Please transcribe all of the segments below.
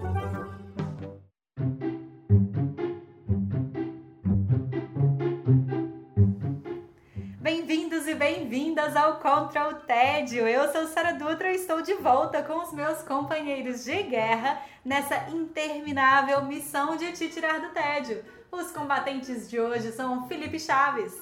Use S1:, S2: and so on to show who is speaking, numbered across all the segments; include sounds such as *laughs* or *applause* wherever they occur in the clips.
S1: Bem-vindos e bem-vindas ao Contra o Tédio. Eu sou Sara Dutra e estou de volta com os meus companheiros de guerra nessa interminável missão de te tirar do tédio. Os combatentes de hoje são Felipe Chaves,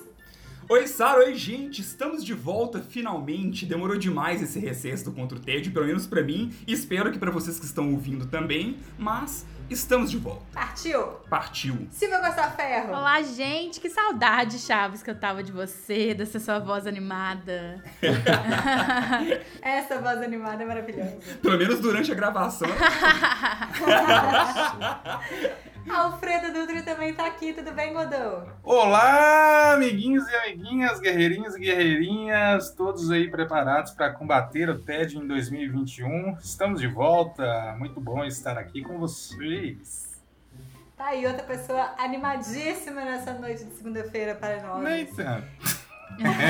S2: Oi, Sara, oi, gente! Estamos de volta finalmente. Demorou demais esse recesso do Contra o Tédio, pelo menos pra mim, e espero que pra vocês que estão ouvindo também, mas estamos de volta.
S1: partiu,
S2: Partiu.
S1: Silvia Gostar Ferro,
S3: Olá, gente. Que saudade, Chaves, que eu tava de você, dessa sua voz animada.
S1: essa voz animada é maravilhosa.
S2: Pelo menos durante a gravação.
S1: Alfredo Dutra também tá aqui, tudo bem, Godô?
S4: Olá, amiguinhos e amiguinhas, guerreirinhos e guerreirinhas, todos aí preparados para combater o TED em 2021. Estamos de volta, muito bom estar aqui com vocês.
S1: Tá aí outra pessoa animadíssima nessa noite de segunda-feira para nós.
S4: Nem tanto.
S1: *laughs*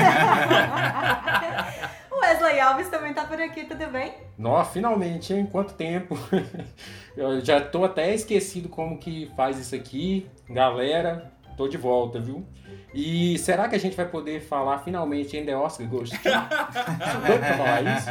S1: Wesley Alves também tá por aqui, tudo bem?
S5: Nó, finalmente, hein? Quanto tempo! *laughs* Eu já tô até esquecido como que faz isso aqui. Galera, tô de volta, viu? E será que a gente vai poder falar finalmente em The Oscar Ghost?
S4: *laughs*
S5: Tô doido pra falar isso?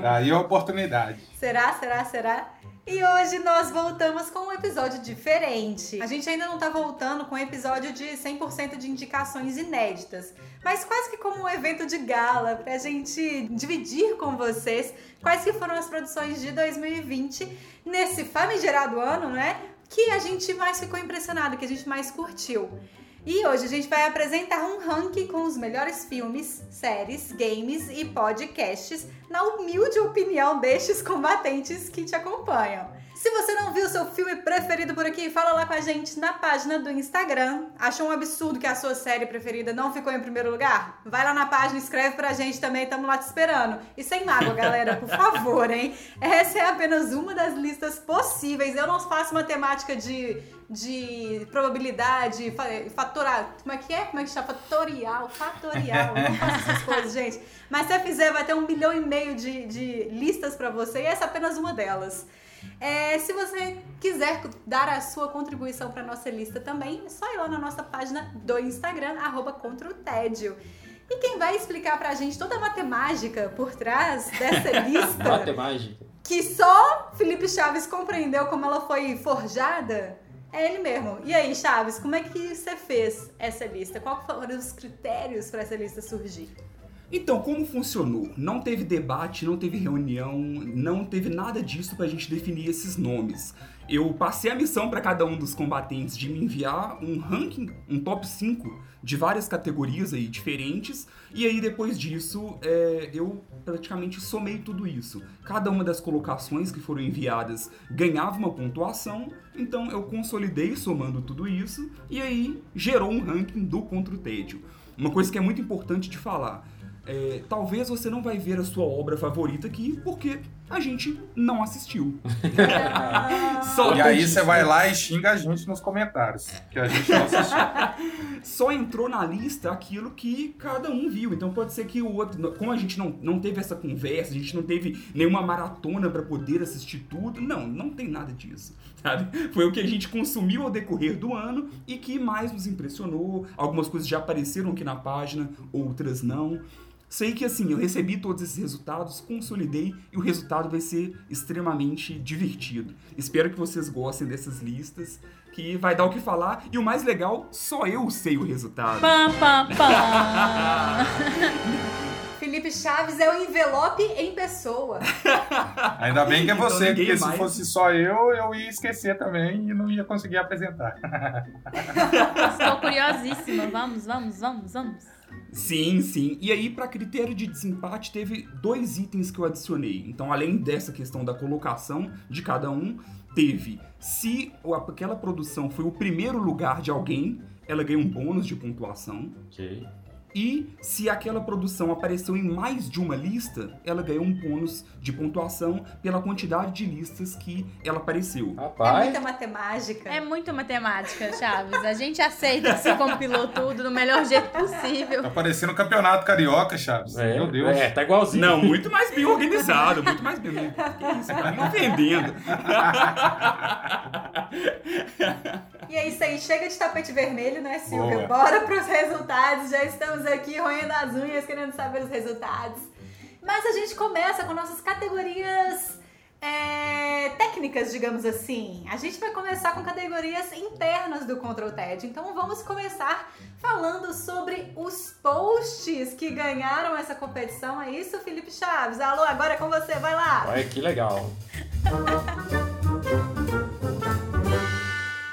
S4: *laughs* Aí a oportunidade.
S1: Será, será, será? E hoje nós voltamos com um episódio diferente. A gente ainda não tá voltando com um episódio de 100% de indicações inéditas, mas quase que como um evento de gala pra gente dividir com vocês quais que foram as produções de 2020 nesse famigerado ano, né? Que a gente mais ficou impressionado, que a gente mais curtiu. E hoje a gente vai apresentar um ranking com os melhores filmes, séries, games e podcasts, na humilde opinião destes combatentes que te acompanham. Se você não viu seu filme preferido por aqui, fala lá com a gente na página do Instagram. Achou um absurdo que a sua série preferida não ficou em primeiro lugar? Vai lá na página, escreve pra gente também, tamo lá te esperando. E sem mágoa, galera, por favor, hein? Essa é apenas uma das listas possíveis. Eu não faço matemática de de probabilidade, fa- fatorar. Como é que é? Como é que chama? Fatorial. Fatorial. Eu Não faço essas coisas, gente. Mas se eu fizer, vai ter um milhão e meio de, de listas pra você e essa é apenas uma delas. É, se você quiser dar a sua contribuição para nossa lista também, é só ir lá na nossa página do Instagram, arroba contra o tédio. E quem vai explicar pra gente toda a matemática por trás dessa lista
S5: Bate mágica.
S1: que só Felipe Chaves compreendeu como ela foi forjada? É ele mesmo. E aí, Chaves, como é que você fez essa lista? Qual foram os critérios para essa lista surgir?
S2: Então, como funcionou? Não teve debate, não teve reunião, não teve nada disso pra gente definir esses nomes. Eu passei a missão pra cada um dos combatentes de me enviar um ranking, um top 5 de várias categorias aí diferentes, e aí depois disso é, eu praticamente somei tudo isso. Cada uma das colocações que foram enviadas ganhava uma pontuação, então eu consolidei somando tudo isso, e aí gerou um ranking do Contra o Tédio. Uma coisa que é muito importante de falar. É, talvez você não vai ver a sua obra favorita aqui porque a gente não assistiu. Só
S4: E aí
S2: disso.
S4: você vai lá e xinga a gente nos comentários, que a gente não assistiu.
S2: Só entrou na lista aquilo que cada um viu. Então pode ser que o outro. Como a gente não, não teve essa conversa, a gente não teve nenhuma maratona pra poder assistir tudo. Não, não tem nada disso. Sabe? Foi o que a gente consumiu ao decorrer do ano e que mais nos impressionou. Algumas coisas já apareceram aqui na página, outras não. Sei que assim, eu recebi todos esses resultados, consolidei e o resultado vai ser extremamente divertido. Espero que vocês gostem dessas listas, que vai dar o que falar e o mais legal, só eu sei o resultado.
S3: *laughs* Pam, pam, pam.
S1: Felipe Chaves é o envelope em pessoa. É
S4: Ainda bem que é
S2: Então
S4: você,
S2: ninguém
S4: porque se
S2: mais.
S4: fosse só eu, eu ia esquecer também e não ia conseguir apresentar.
S3: Estou curiosíssima. Vamos, vamos, vamos, vamos.
S2: Sim, sim. E aí, para critério de desempate, teve dois itens que eu adicionei. Então, além dessa questão da colocação de cada um, teve se o- aquela produção foi o primeiro lugar de alguém, ela ganha um bônus de pontuação.
S5: Ok.
S2: E se aquela produção apareceu em mais de uma lista, ela ganhou um bônus de pontuação pela quantidade de listas que ela apareceu.
S1: É
S5: Rapaz,
S1: muita matemática.
S3: É muito matemática, Chaves. A gente aceita que você compilou tudo do melhor jeito possível.
S4: Tá parecendo o campeonato carioca, Chaves.
S5: é,
S4: Meu Deus.
S5: é, tá igualzinho.
S2: Não, muito mais bem organizado, muito mais bem. Que isso, tá me ofendendo.
S1: E é isso aí, chega de tapete vermelho, né, Silvia?
S4: Boa.
S1: Bora pros resultados. Já estamos aqui roendo as unhas, querendo saber os resultados. Mas a gente começa com nossas categorias é, técnicas, digamos assim. A gente vai começar com categorias internas do Control TED. Então vamos começar falando sobre os posts que ganharam essa competição. É isso, Felipe Chaves? Alô, agora é com você, vai lá!
S5: Olha que legal.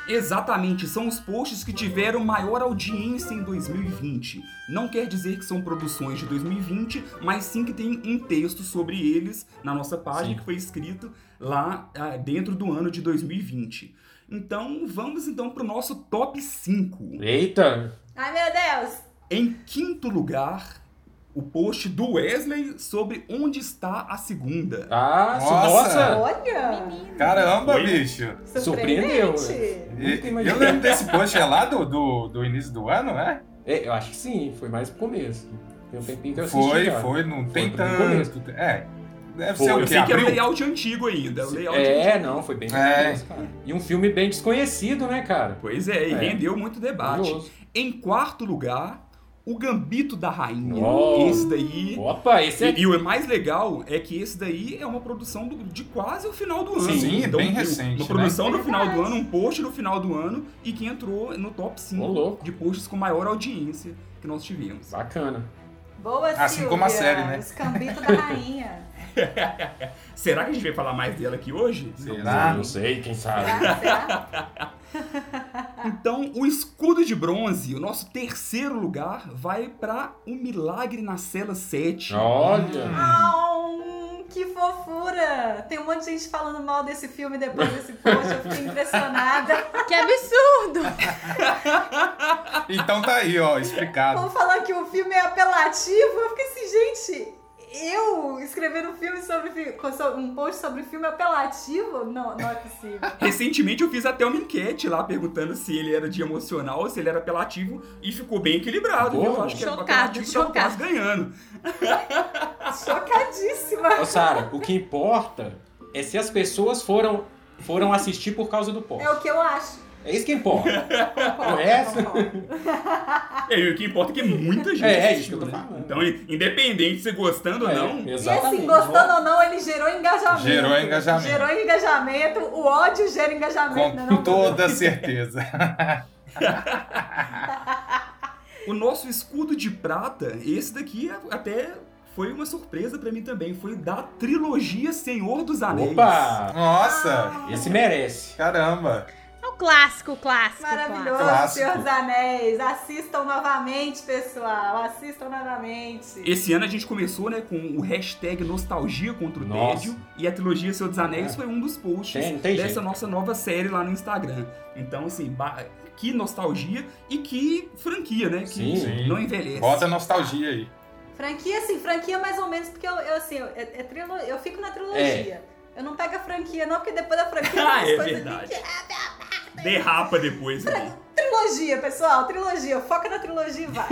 S2: Exatamente, são os posts que tiveram maior audiência em 2020. Não quer dizer que são produções de 2020, mas sim que tem um texto sobre eles na nossa página
S5: Sim.
S2: que foi escrito lá ah, dentro do ano de 2020. Então, vamos então para o nosso top 5.
S5: Eita!
S1: Ai meu Deus!
S2: Em quinto lugar, o post do Wesley sobre onde está a segunda.
S5: Ah, su-
S4: Nossa!
S5: nossa!
S1: Olha!
S4: Caramba,
S2: Oi.
S4: bicho.
S5: Surpreendeu. né?
S1: Surpreendente!
S4: E- Eu
S5: Nunca imaginei.
S4: lembro desse post é lá do, do, do início do ano, é?
S5: É, eu acho que sim, foi mais pro começo. Tem um tempinho que eu assisti.
S4: Foi,
S5: já.
S4: foi, não
S5: Foi
S4: tem
S5: no
S4: tanto. É. Deve
S5: Foi.
S4: ser o
S2: Eu
S4: que?
S2: sei que é
S4: Abril?
S2: layout antigo ainda. é o Layout
S5: É,
S2: antigo.
S5: não, foi bem
S4: É.
S5: é. cara. E um filme bem desconhecido, né, cara?
S2: Pois é, e
S5: É.
S2: rendeu muito debate.
S5: Curioso.
S2: Em quarto lugar, o Gambito da Rainha.
S5: Uou.
S2: Esse daí.
S5: Opa, esse é.
S2: E, e o mais legal é que esse daí é uma produção do- de quase o final do ano.
S4: Sim, bem
S2: uma-
S4: recente,
S2: Uma
S4: né?
S2: produção do final do
S1: Verdade.
S2: ano, um post do final do ano e que entrou no top
S5: Ô,
S2: 5
S5: louco.
S2: de posts com maior audiência que nós tivemos.
S5: Bacana.
S1: Boa,
S4: Assim
S1: Silvia.
S4: como a série, né?
S1: Os cambitos da
S4: *laughs*
S1: rainha.
S2: Será que a gente vai falar mais dela aqui hoje?
S4: Será?
S5: Não sei, quem sabe.
S1: Será? Será?
S2: Então, o escudo de bronze, o nosso terceiro lugar, vai para o milagre na cela 7.
S4: Hum.
S5: Olha.
S1: Au, que fofura! Tem um monte de gente falando mal desse filme depois desse post, eu fiquei
S4: *laughs*
S1: impressionada.
S3: Que absurdo!
S4: Então tá aí, ó, explicado.
S1: Vão falar que o filme é apelativo, eu fiquei assim, gente... Eu escrevendo um filme sobre fi- com so- um post sobre filme apelativo? Não, não é
S4: *laughs*
S1: possível.
S2: Recentemente eu fiz até uma enquete lá perguntando se ele era de emocional ou se ele era apelativo e ficou bem equilibrado. viu? Eu
S5: Boa.
S2: acho que era um
S3: Chocado,
S2: apelativo tava quase
S3: chocado.
S2: ganhando.
S1: Chocadíssima.
S5: Ô, Sara, o que importa é se as pessoas foram, foram assistir por causa do post.
S1: É o que eu acho.
S5: É isso que importa.
S1: Concordo,
S5: resto?
S1: concordo.
S2: É, e o que importa é que muita gente.
S5: É, é
S2: assistiu,
S5: isso que eu tô
S2: né?
S5: falando.
S2: Então, i- independente de você gostando ou não,
S5: É,
S1: E assim,
S5: exatamente.
S1: gostando ou não, ele gerou engajamento.
S4: Gerou engajamento.
S1: Gerou engajamento. O ódio gera engajamento, né?
S4: Com
S1: Não,
S4: toda certeza.
S2: o nosso escudo de prata, esse daqui é- até foi uma surpresa pra mim também. Foi da trilogia Senhor dos Anéis.
S5: Opa!
S4: Nossa,
S5: Esse merece.
S4: caramba.
S3: É um clássico, o clássico. o
S1: Maravilhoso,
S4: Clássico.
S1: Senhor dos Anéis. Assistam novamente, pessoal. Assistam novamente.
S2: Esse ano a gente começou né, com o hashtag Nostalgia contra o
S5: Nossa.
S2: Tédio e a trilogia Senhor dos Anéis
S5: É.
S2: foi um dos posts
S5: Tem, não tem
S2: dessa
S5: jeito.
S2: nossa nova série lá no Instagram. Então, assim, ba- que nostalgia e que franquia, né? Que
S5: Sim,
S4: sim.
S2: não envelhece.
S4: Bota nostalgia aí.
S1: Franquia, assim, franquia mais ou menos, porque eu, eu, assim, eu, é- é trilo- eu fico na trilogia. Eu não pego a franquia, não, porque depois da
S2: *laughs*
S1: franquia tem
S2: *laughs* Ah,
S1: umas
S2: é
S1: coisas ali
S2: verdade.
S1: que-
S2: Derrapa depois. né? ali.
S1: Trilogia, pessoal, trilogia. Foca na trilogia e vai.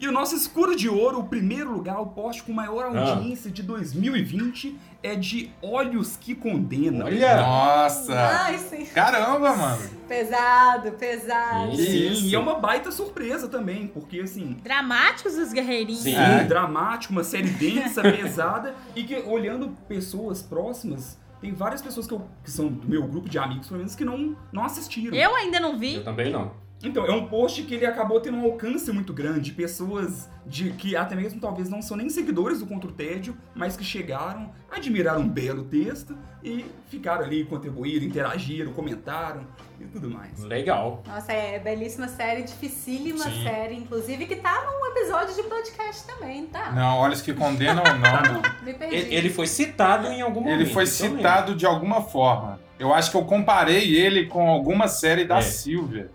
S2: E o nosso escuro de ouro, o primeiro lugar, o post com maior
S5: Ah.
S2: audiência de 2020 é de Olhos que Condenam.
S5: Olha!
S4: Nossa.
S1: Ai, sim.
S4: Caramba, mano.
S1: Pesado, pesado.
S5: Sim.
S2: Sim,
S4: Isso.
S2: e é uma baita surpresa também, porque assim,
S3: Dramáticos os guerreirinhos.
S5: Sim.
S2: É.
S4: É.
S2: dramático, uma série densa, pesada, e que olhando pessoas próximas, tem várias pessoas que, eu- que são do meu grupo de amigos, pelo menos, que não, não assistiram.
S3: Eu ainda não
S5: Eu
S4: É.
S3: vi.
S5: também não.
S2: Então, é um post que ele acabou tendo um alcance muito grande. Pessoas de que até mesmo talvez não são nem seguidores do Contra o Tédio, mas que chegaram, admiraram um belo texto e ficaram ali, contribuíram, interagiram, comentaram e tudo mais.
S5: Legal.
S1: Nossa, é belíssima série, dificílima
S4: Sim.
S1: série, inclusive, que tá num episódio de podcast também, tá?
S4: Não, olha os que condenam ou não. não.
S1: Me perdi.
S5: Ele, ele foi citado em algum momento. então,
S4: Ele foi
S5: isso Tá eu lembro.
S4: citado de alguma forma. Eu acho que eu comparei ele com alguma série da
S5: É.
S4: Silvia.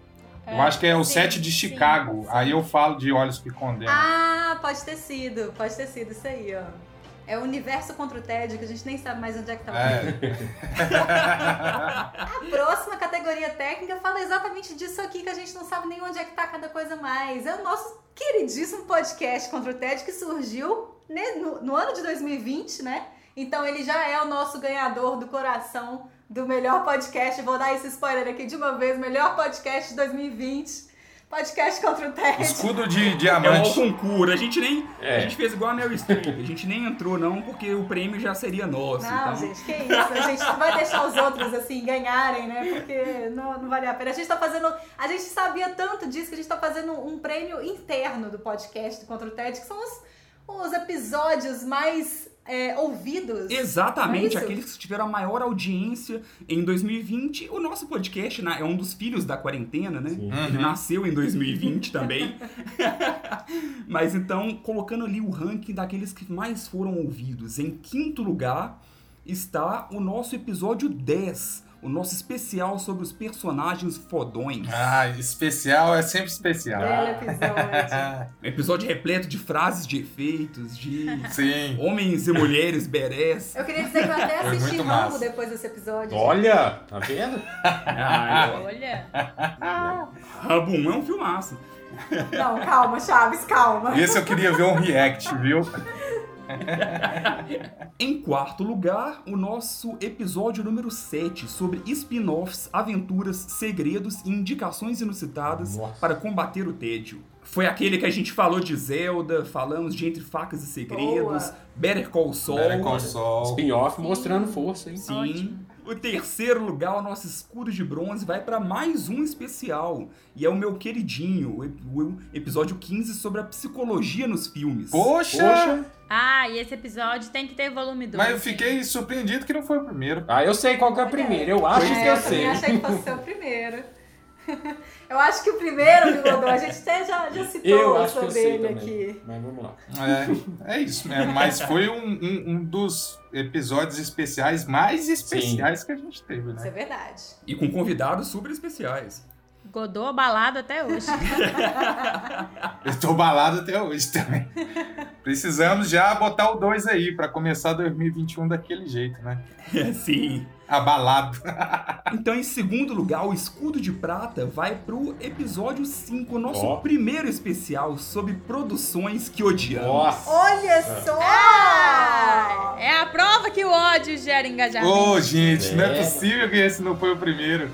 S4: Eu acho que é o
S3: sim,
S4: 7 de
S3: sim,
S4: Chicago.
S3: sim.
S4: Aí eu falo de Olhos que Condenam.
S1: Ah, pode ter sido, pode ter sido isso aí, ó. É o universo contra o tédio, que a gente nem sabe mais onde é que tá.
S4: É.
S1: A próxima categoria técnica fala exatamente disso aqui, que a gente não sabe nem onde é que tá cada coisa mais. É o nosso queridíssimo podcast contra o tédio que surgiu né, no, no ano de 2020, né? Então ele já é o nosso ganhador do coração do melhor podcast. Vou dar esse spoiler aqui de uma vez, melhor podcast de 2020. Podcast contra o tédio.
S4: *laughs* Escudo de
S2: É um
S4: diamante.
S2: concurso. A gente nem. A
S5: É.
S2: gente fez igual a Mary Streep. A gente nem entrou, não, porque o prêmio já seria nosso.
S5: Assim,
S1: Não,
S5: tá
S2: então...
S1: gente, que isso. A gente não vai deixar os outros assim ganharem, né? Porque não, não vale a pena. A gente tá fazendo. A gente sabia tanto disso que a gente tá fazendo um prêmio interno do podcast do Contra o TED, que são os, os episódios mais é, ouvidos.
S2: Exatamente,
S1: Não é isso?
S2: aqueles que tiveram a maior audiência em 2020. O nosso podcast né, é um dos filhos da quarentena, né?
S5: Sim.
S2: Ele nasceu em 2020 também. *laughs* Mas então, colocando ali o ranking daqueles que mais foram ouvidos, em quinto lugar está o nosso episódio 10, o nosso especial sobre os personagens fodões.
S4: Ah, especial é sempre especial. Ah,
S1: Belo episódio.
S2: Um episódio repleto de frases de efeitos, de
S4: Sim.
S2: homens e mulheres berés.
S1: Eu queria dizer que eu até
S4: Foi
S1: assisti
S4: muito
S1: Rambo
S4: massa.
S1: depois desse episódio.
S5: Olha, tá vendo?
S3: é.
S2: Ah,
S3: Olha,
S2: Rambo 1 é um filmaço.
S1: Não, calma, Chaves, calma.
S4: Esse eu queria ver um react, viu?
S2: Em quarto lugar, o nosso episódio número 7 sobre spin-offs, aventuras, segredos e indicações inusitadas
S5: Nossa.
S2: para combater o tédio. Foi aquele que a gente falou de Zelda, falamos de Entre Facas e Segredos,
S1: Boa.
S2: Better Call Saul.
S4: Better Call Saul.
S5: Spin-off
S3: Sim.
S5: mostrando força, hein?
S2: Sim.
S3: Ótimo.
S2: O terceiro lugar, o nosso escudo de bronze, vai para mais um especial. E é o meu queridinho, o ep- o episódio 15 sobre a psicologia nos filmes.
S4: Poxa!
S5: Poxa!
S3: Ah, e esse episódio tem que ter volume 2.
S4: Mas eu fiquei surpreendido que não foi o primeiro.
S5: Ah, eu sei qual que é o primeiro. Eu acho
S1: É,
S5: que eu
S1: também
S5: sei.
S1: achei que fosse ser o primeiro. *laughs* Eu acho que o primeiro, Bigodô, a gente até já, já citou
S5: Eu acho que eu
S1: é sobre
S5: sei
S1: ele
S5: também.
S1: aqui.
S5: Mas vamos lá.
S4: É, é isso mesmo. Mas foi um, um- um dos episódios especiais mais especiais que a gente teve,
S1: Isso é
S4: né?
S1: verdade.
S2: E com convidados super especiais. *laughs*
S3: Godô abalado até hoje.
S4: Eu tô balado até hoje também. Precisamos já botar o 2 aí pra começar 2021 daquele jeito, né?
S2: Sim.
S4: Abalado.
S2: Então, em segundo lugar, o escudo de prata vai pro episódio 5, o nosso
S5: Ó.
S2: primeiro especial sobre produções que odiamos.
S5: Nossa!
S1: Olha só!
S3: Ah, é a prova que o ódio gera
S1: Tá
S3: engajamento.
S4: Ô, gente, não é
S5: É.
S4: possível que esse não foi o primeiro.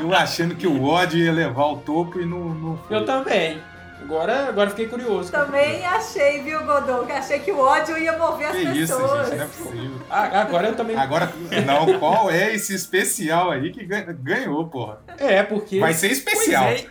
S4: Eu achando que o ódio ia levar ao topo e não, não foi.
S5: Eu também. Agora, agora fiquei curioso.
S1: Também achei, viu, Godô? Que achei que o ódio ia mover as
S4: Que isso,
S1: pessoas.
S4: gente, não é possível.
S5: Ah, agora eu também.
S4: Agora, não, qual é esse especial aí que gan- ganhou, porra?
S5: É, porque.
S4: Vai ser
S2: Pois
S4: especial.
S2: é.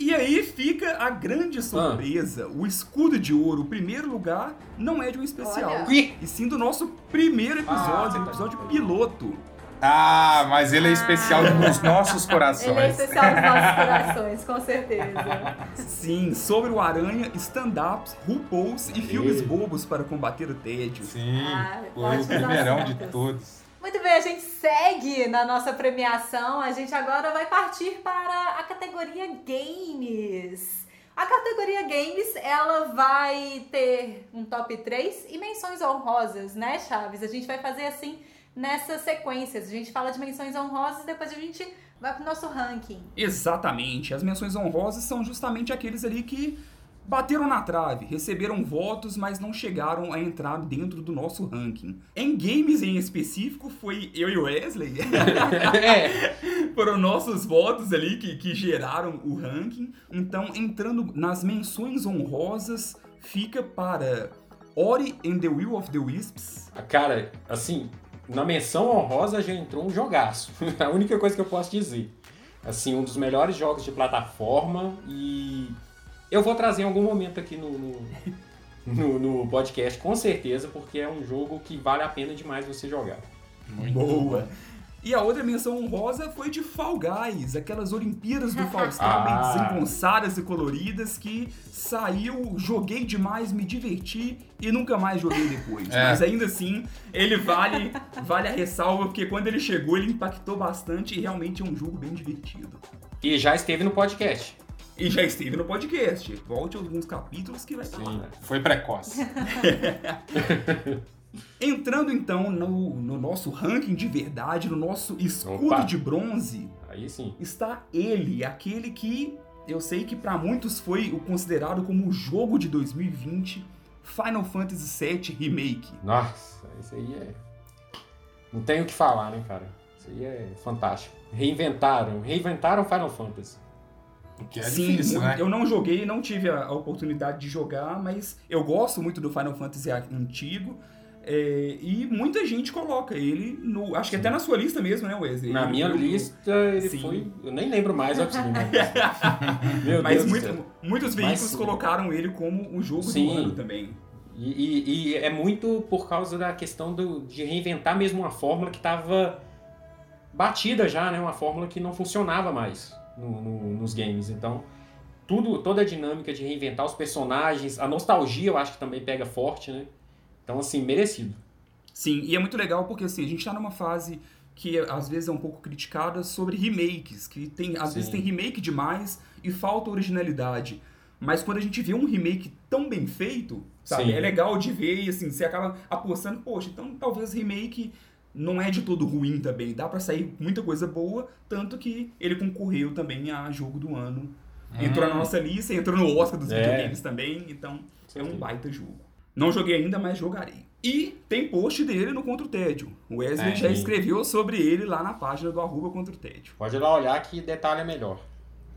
S2: E aí fica a
S5: Ah.
S2: grande surpresa. O escudo de ouro, o primeiro lugar, não é de um especial.
S1: Olha.
S5: Ih,
S2: E sim do nosso primeiro
S5: Ah,
S2: episódio,
S5: você
S2: o
S5: tá
S2: episódio
S5: brincando.
S2: piloto.
S4: Ah, mas ele é
S3: Ah.
S4: especial nos nossos
S1: Ele é
S4: corações.
S1: especial nos nossos corações, com certeza.
S2: Sim, sobre o Aranha, stand-ups, RuPaul's e filmes
S5: Ei.
S2: bobos para combater o tédio.
S4: Sim,
S1: Ah,
S4: foi o
S1: ótimos
S4: primeirão de
S1: assuntos.
S4: todos.
S1: Muito bem, a gente segue na nossa premiação. A gente agora vai partir para a categoria Games. A categoria Games, ela vai ter um top 3 e menções honrosas, né, Chaves? A gente vai fazer assim nessas sequências. A gente fala de menções honrosas e depois a gente vai pro nosso ranking.
S2: Exatamente. As menções honrosas são justamente aqueles ali que bateram na trave, receberam votos, mas não chegaram a entrar dentro do nosso ranking. Em games em específico, foi eu e o Wesley.
S5: *laughs*
S2: *laughs*
S5: é.
S2: Foram nossos votos ali que, que geraram o ranking. Então, entrando nas menções honrosas, fica para Ori and the Will of the Wisps.
S5: Cara, assim, na menção honrosa já entrou um jogaço. *laughs* A única coisa que eu posso dizer. Assim, um dos melhores jogos de plataforma e. Eu vou trazer em algum momento aqui no, no, *laughs* no- no podcast, com certeza, porque é um jogo que vale a pena demais você jogar.
S2: Boa! E a outra menção honrosa foi de Fall Guys, aquelas Olimpíadas do Faustão bem
S5: Ah.
S2: desengonçadas e coloridas que saiu, joguei demais, me diverti e nunca mais joguei depois.
S4: É.
S2: Mas ainda assim, ele vale, vale a ressalva, porque quando ele chegou, ele impactou bastante e realmente é um jogo bem divertido.
S5: E já esteve no podcast.
S2: E já esteve no podcast. Volte alguns capítulos que vai estar lá.
S5: Sim.
S4: Foi precoce.
S2: Entrando então no, no nosso ranking de verdade, no nosso escudo
S5: Opa.
S2: de bronze,
S5: *laughs* Aí sim.
S2: está ele, aquele que eu sei que pra muitos foi o considerado como o jogo de 2020, Final Fantasy VII Remake.
S5: Nossa, isso aí é. Não tem o que falar, né, cara? Isso aí é fantástico. Reinventaram. Reinventaram Final Fantasy.
S4: O que é
S2: Sim,
S4: difícil,
S2: muito-
S4: né?
S2: eu não joguei, não tive a, a oportunidade de jogar, mas eu gosto muito do Final Fantasy antigo. é, e muita gente coloca ele no. Acho que até na sua lista mesmo, né, Wesley?
S5: Na
S2: Ele-
S5: minha
S2: eu-
S5: lista, ele
S2: Sim.
S5: foi. Eu né? nem lembro mais, ó, pra você lembrar. *laughs* Meu
S2: Mas
S5: Deus
S2: muito-
S5: do céu.
S2: muitos veículos
S5: Mas-
S2: colocaram ele como o jogo
S5: Sim.
S2: do ano também.
S5: E, e- e é muito por causa da questão do- de reinventar mesmo uma fórmula que estava batida já, né? Uma fórmula que não funcionava mais no- no- nos games. Então, tudo, toda a dinâmica de reinventar os personagens, a nostalgia eu acho que também pega forte, né? Então, assim, merecido.
S2: Sim, e é muito legal porque assim, a gente tá numa fase que às vezes é um pouco criticada sobre remakes, que tem, às
S5: Sim.
S2: vezes tem remake demais e falta originalidade. Mas quando a gente vê um remake tão bem feito, sabe?
S5: Sim.
S2: É legal de ver e assim, você acaba apostando, poxa, então talvez remake não é de todo ruim também, dá pra sair muita coisa boa, tanto que ele concorreu também a jogo do ano. Entrou na nossa lista, entrou no Oscar dos
S5: Ah. É.
S2: videogames também, então é um baita jogo. Não joguei ainda, mas jogarei. E tem post dele no Contra o Tédio. O Wesley
S5: É,
S2: já
S5: e-
S2: escreveu sobre ele lá na página do arroba Contra o Tédio.
S5: Pode ir lá olhar que detalha melhor.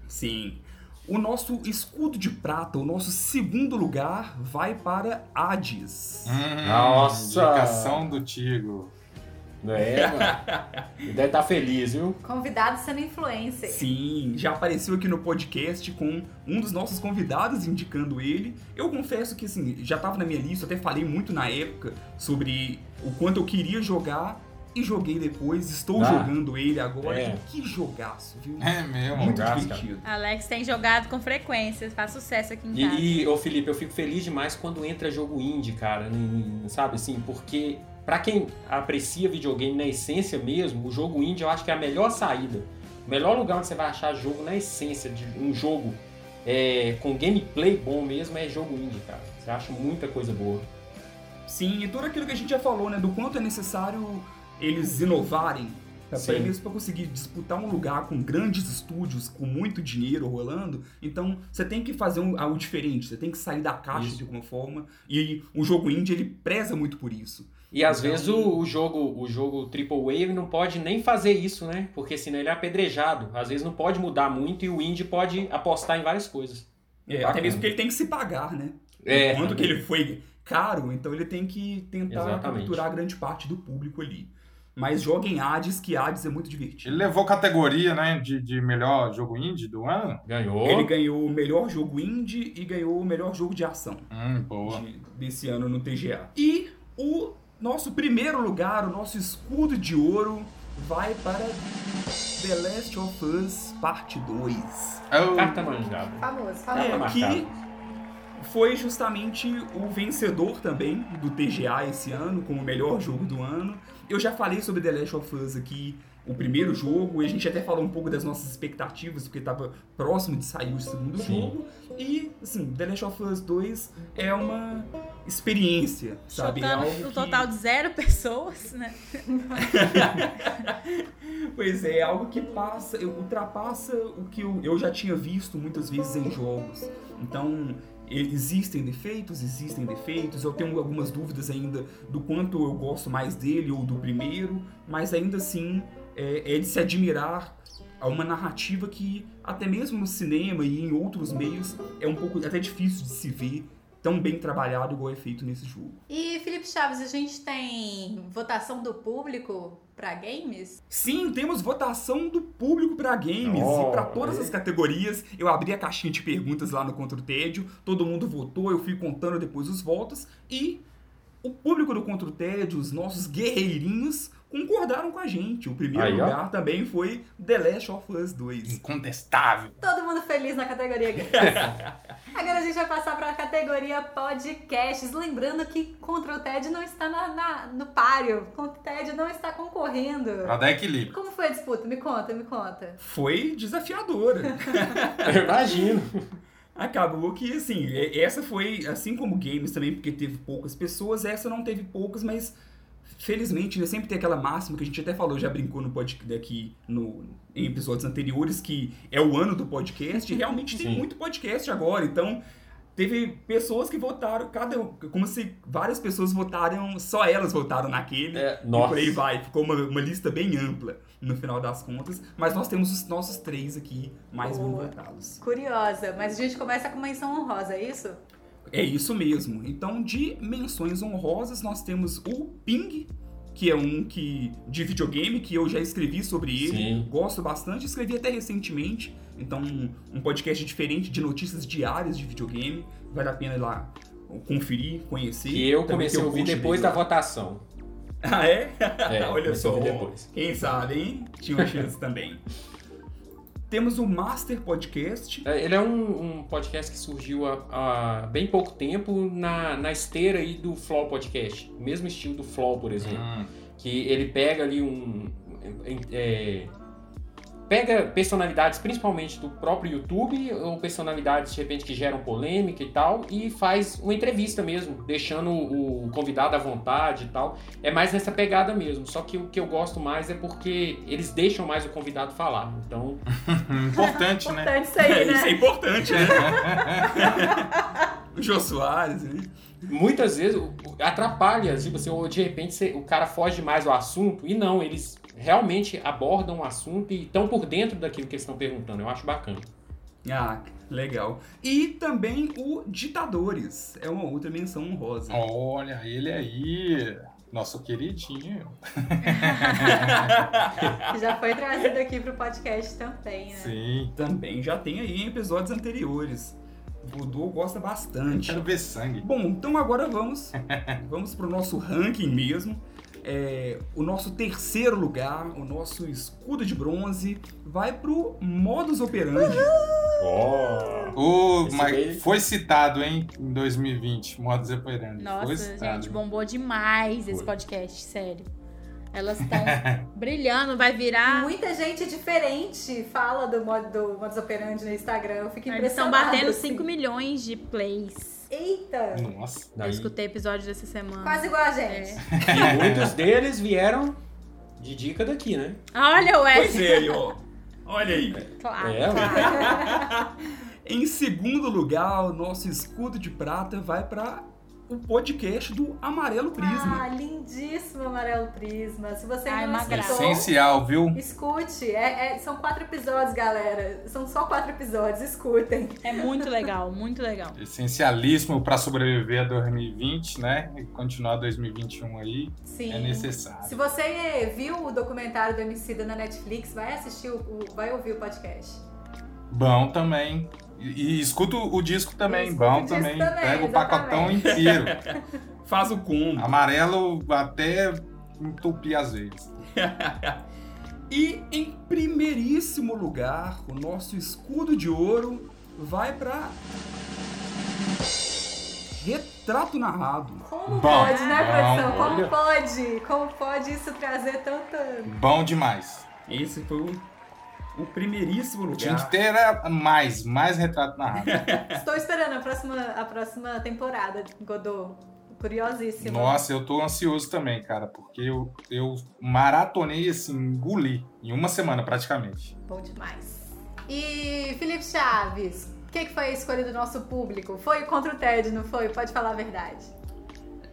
S2: Sim. O nosso escudo de prata, o nosso segundo lugar, vai para Hades.
S4: Hum,
S5: Nossa!
S4: Indicação do Tigo.
S5: É, mano. Ele deve estar feliz, viu?
S1: Convidado sendo influencer.
S2: Sim, já apareceu aqui no podcast com um dos nossos convidados indicando ele. Eu confesso que assim, já tava na minha lista, até falei muito na época sobre o quanto eu queria jogar e joguei depois. Estou
S5: Ah.
S2: jogando ele agora.
S5: É. um
S2: Que jogaço, viu?
S4: É mesmo.
S2: Muito
S5: jogaço,
S2: divertido.
S3: Alex tem jogado com frequência, faz sucesso aqui em casa.
S5: E, e, ô Felipe, eu fico feliz demais quando entra jogo indie, cara, em- em- sabe assim, porque pra quem aprecia videogame na essência mesmo, o jogo indie eu acho que é a melhor saída, o melhor lugar onde você vai achar jogo na essência de um jogo é, com gameplay bom mesmo é jogo indie, cara. Você acha muita coisa boa.
S2: Sim, e tudo aquilo que a gente já falou, né? Do quanto é necessário eles inovarem.
S5: Sim.
S2: Até mesmo para conseguir disputar um lugar com grandes estúdios, com muito dinheiro rolando. Então, você tem que fazer um- algo diferente. Você tem que sair da caixa
S5: Isso.
S2: de alguma forma. E o jogo indie, ele preza muito por isso.
S5: E às
S2: Então-
S5: vezes o, o jogo, o jogo AAA ele não pode nem fazer isso, né? Porque senão ele é apedrejado. Às vezes não pode mudar muito e o indie pode apostar em várias coisas.
S2: É,
S5: Bacana.
S2: até mesmo porque ele tem que se pagar, né?
S5: É,
S2: Quanto que
S5: também.
S2: ele foi caro, então ele tem que tentar
S5: Exatamente.
S2: capturar grande parte do público ali. Mas joguem Hades, que Hades é muito divertido.
S4: Ele levou categoria, né, de, de melhor jogo indie do ano.
S5: ganhou.
S2: Ele ganhou o melhor jogo indie e ganhou o melhor jogo de ação.
S4: Hum, boa.
S2: de- desse ano no TGA. E o nosso primeiro lugar, o nosso escudo de ouro, vai para The Last of Us Parte 2.
S4: É
S5: *laughs* Carta manjada.
S1: Famoso, famoso.
S5: Dá pra
S2: É,
S5: marcar.
S2: que foi justamente o vencedor também do TGA esse ano, como o melhor jogo do ano. Eu já falei sobre The Last of Us aqui, o primeiro jogo, e a gente até falou um pouco das nossas expectativas, porque estava próximo de sair o segundo
S5: Sim.
S2: jogo. E, assim, The Last of Us 2 é uma experiência, sabe? É
S3: Chutando
S2: algo
S3: o
S2: que-
S3: total de zero *laughs* pessoas, né?
S2: Pois é, é algo que passa, eu- ultrapassa o que eu, eu já tinha visto muitas vezes em jogos. Então, e- existem defeitos, existem defeitos. Eu tenho algumas dúvidas ainda do quanto eu gosto mais dele ou do primeiro, mas ainda assim é, é de se admirar a uma narrativa que até mesmo no cinema e em outros meios é um pouco até difícil de se ver tão bem trabalhado igual é feito nesse jogo.
S1: E Felipe Chaves, a gente tem votação do público pra games?
S2: Sim, temos votação do público pra games
S5: Oh,
S2: e pra todas
S5: é.
S2: as categorias. Eu abri a caixinha de perguntas lá no Contra o Tédio, todo mundo votou, eu fui contando depois os votos e o público do Contra o Tédio, os nossos guerreirinhos, concordaram com a gente. O primeiro
S5: Aí, ó.
S2: lugar também foi The Last of Us 2.
S4: Incontestável.
S1: Todo mundo feliz na categoria games. Agora a gente vai passar para a categoria podcasts. Lembrando que Contra o TED não está na, na- no páreo. Contra o TED não está concorrendo.
S4: Pra dar equilíbrio.
S1: Como foi a disputa? Me conta, me conta.
S2: Foi desafiadora.
S5: Eu imagino.
S2: Acabou que, assim, e- essa foi, assim como games também, porque teve poucas pessoas, essa não teve poucas, mas felizmente, né, sempre tem aquela máxima que a gente até falou, já brincou no podcast aqui no, em episódios anteriores, que é o ano do podcast, e realmente tem
S5: Sim.
S2: muito podcast agora, então teve pessoas que votaram, cada um, como se várias pessoas votaram, só elas votaram naquele.
S5: É,
S2: E
S5: nossa.
S2: por aí vai, ficou uma, uma lista bem ampla no final das contas, mas nós temos os nossos três aqui, mais um
S1: Boa.
S2: votados.
S1: Curiosa, mas a gente começa com menção honrosa, é isso?
S2: É isso mesmo. Então, de menções honrosas, nós temos o Ping, que é um que de videogame que eu já escrevi sobre ele,
S5: Sim.
S2: gosto bastante, escrevi até recentemente. Então, um- um podcast diferente de notícias diárias de videogame, vale a pena ir lá conferir, conhecer.
S5: Que eu
S2: Também
S5: comecei
S2: tem um
S5: a
S2: o
S5: ouvir
S2: post
S5: depois da
S2: dele lá.
S5: votação.
S2: *laughs* Ah, é?
S5: É,
S2: Olha
S5: comecei a ouvir
S2: só.
S5: depois.
S2: Quem sabe, hein? Tinha uma chance também. Temos o Master Podcast.
S5: É, Ele é um, um podcast que surgiu há, há bem pouco tempo na, na esteira aí do Flow Podcast. O mesmo estilo do Flow, por exemplo.
S4: Hum,
S5: que ele pega ali um é, é, pega personalidades principalmente do próprio YouTube ou personalidades de repente que geram polêmica e tal e faz uma entrevista mesmo deixando o o convidado à vontade e tal é mais nessa pegada mesmo só que o que eu gosto mais é porque eles deixam mais o convidado falar então
S3: *laughs*
S4: Importante, né?
S1: Importante isso aí,
S2: *laughs* isso é
S1: né?
S2: importante, né? *laughs* o Jô Soares, né?
S5: muitas vezes o- o- atrapalha tipo assim, ou de repente você- o cara foge mais do assunto e não eles realmente abordam o assunto e estão por dentro daquilo que eles estão perguntando eu acho bacana
S2: Ah, legal. E também o Ditadores. É uma outra menção honrosa.
S4: Olha ele aí, nosso queridinho.
S1: Que Já foi trazido aqui pro podcast também, né?
S4: Sim.
S2: Também já tem aí em episódios anteriores. Budô gosta bastante.
S4: Quero ver sangue.
S2: Bom, então agora vamos. vamos pro nosso ranking mesmo. É, o nosso terceiro lugar, o nosso escudo de bronze, vai pro modus operandi.
S5: Oh.
S4: O,
S5: Esse
S4: mas
S5: daí-
S4: foi citado, hein, em 2020, Modus Operandi. foi
S3: Nossa,
S2: é.
S4: citado.
S3: gente, bombou demais esse
S5: Foi.
S3: podcast, sério.
S2: *laughs*
S3: Elas estão brilhando, vai virar.
S1: Ah, Muita gente diferente fala do, modo, do modus operandi no Instagram. Eu fico
S3: Eles estão
S1: impressionada.
S3: batendo
S1: assim.
S3: 5 milhões de plays.
S1: Eita!
S4: Nossa.
S3: Eu escutei episódio dessa semana.
S1: Quase igual a gente.
S3: É.
S5: E muitos deles vieram de dica daqui, né?
S3: Olha o
S2: Pois
S3: Wes,
S2: é, aí, ó. Olha aí.
S3: *laughs* claro.
S5: É,
S3: claro.
S2: Em segundo lugar, o nosso escudo de prata vai para o podcast do Amarelo Prisma.
S1: Ah, lindíssimo Amarelo Prisma. Se você
S3: Ai,
S1: ainda não
S3: uma graça.
S1: escutou,
S4: Essencial, viu?
S1: escute. É- é- são quatro episódios, galera. São só quatro episódios, escutem.
S3: É muito legal, muito legal.
S4: Essencialíssimo para sobreviver a 2020, né? E continuar 2021 aí
S1: Sim.
S4: é necessário.
S1: Se você viu o documentário do Emicida na Netflix, vai assistir, o, o- vai ouvir o podcast.
S4: Bom também. E, e escuta o disco também.
S1: Escuta o
S4: Bom
S1: disco
S4: também.
S1: também,
S4: Pega o
S1: exatamente.
S4: pacotão inteiro.
S1: *laughs*
S2: Faz o combo.
S4: Amarelo até entupir às vezes.
S2: E em primeiríssimo lugar, o nosso escudo de ouro vai para Retrato Narrado.
S1: Como
S4: Bom,
S1: pode, né,
S4: bom,
S1: produção? Como
S5: olha.
S1: pode? Como pode isso trazer tanta.
S4: Bom demais.
S2: Esse foi o, o primeiríssimo
S4: Tinha que
S2: lugar.
S4: ter ah, mais, mais retrato
S1: *laughs*
S4: narrado.
S1: Estou esperando a próxima, a próxima temporada, Godô. Curiosíssima.
S4: Nossa, eu tô ansioso também, cara, porque eu, eu maratonei assim, engoli em uma semana praticamente.
S1: Bom demais. E Felipe Chaves, o que, que foi a escolha do nosso público? Foi contra o TED, não foi? Pode falar a verdade.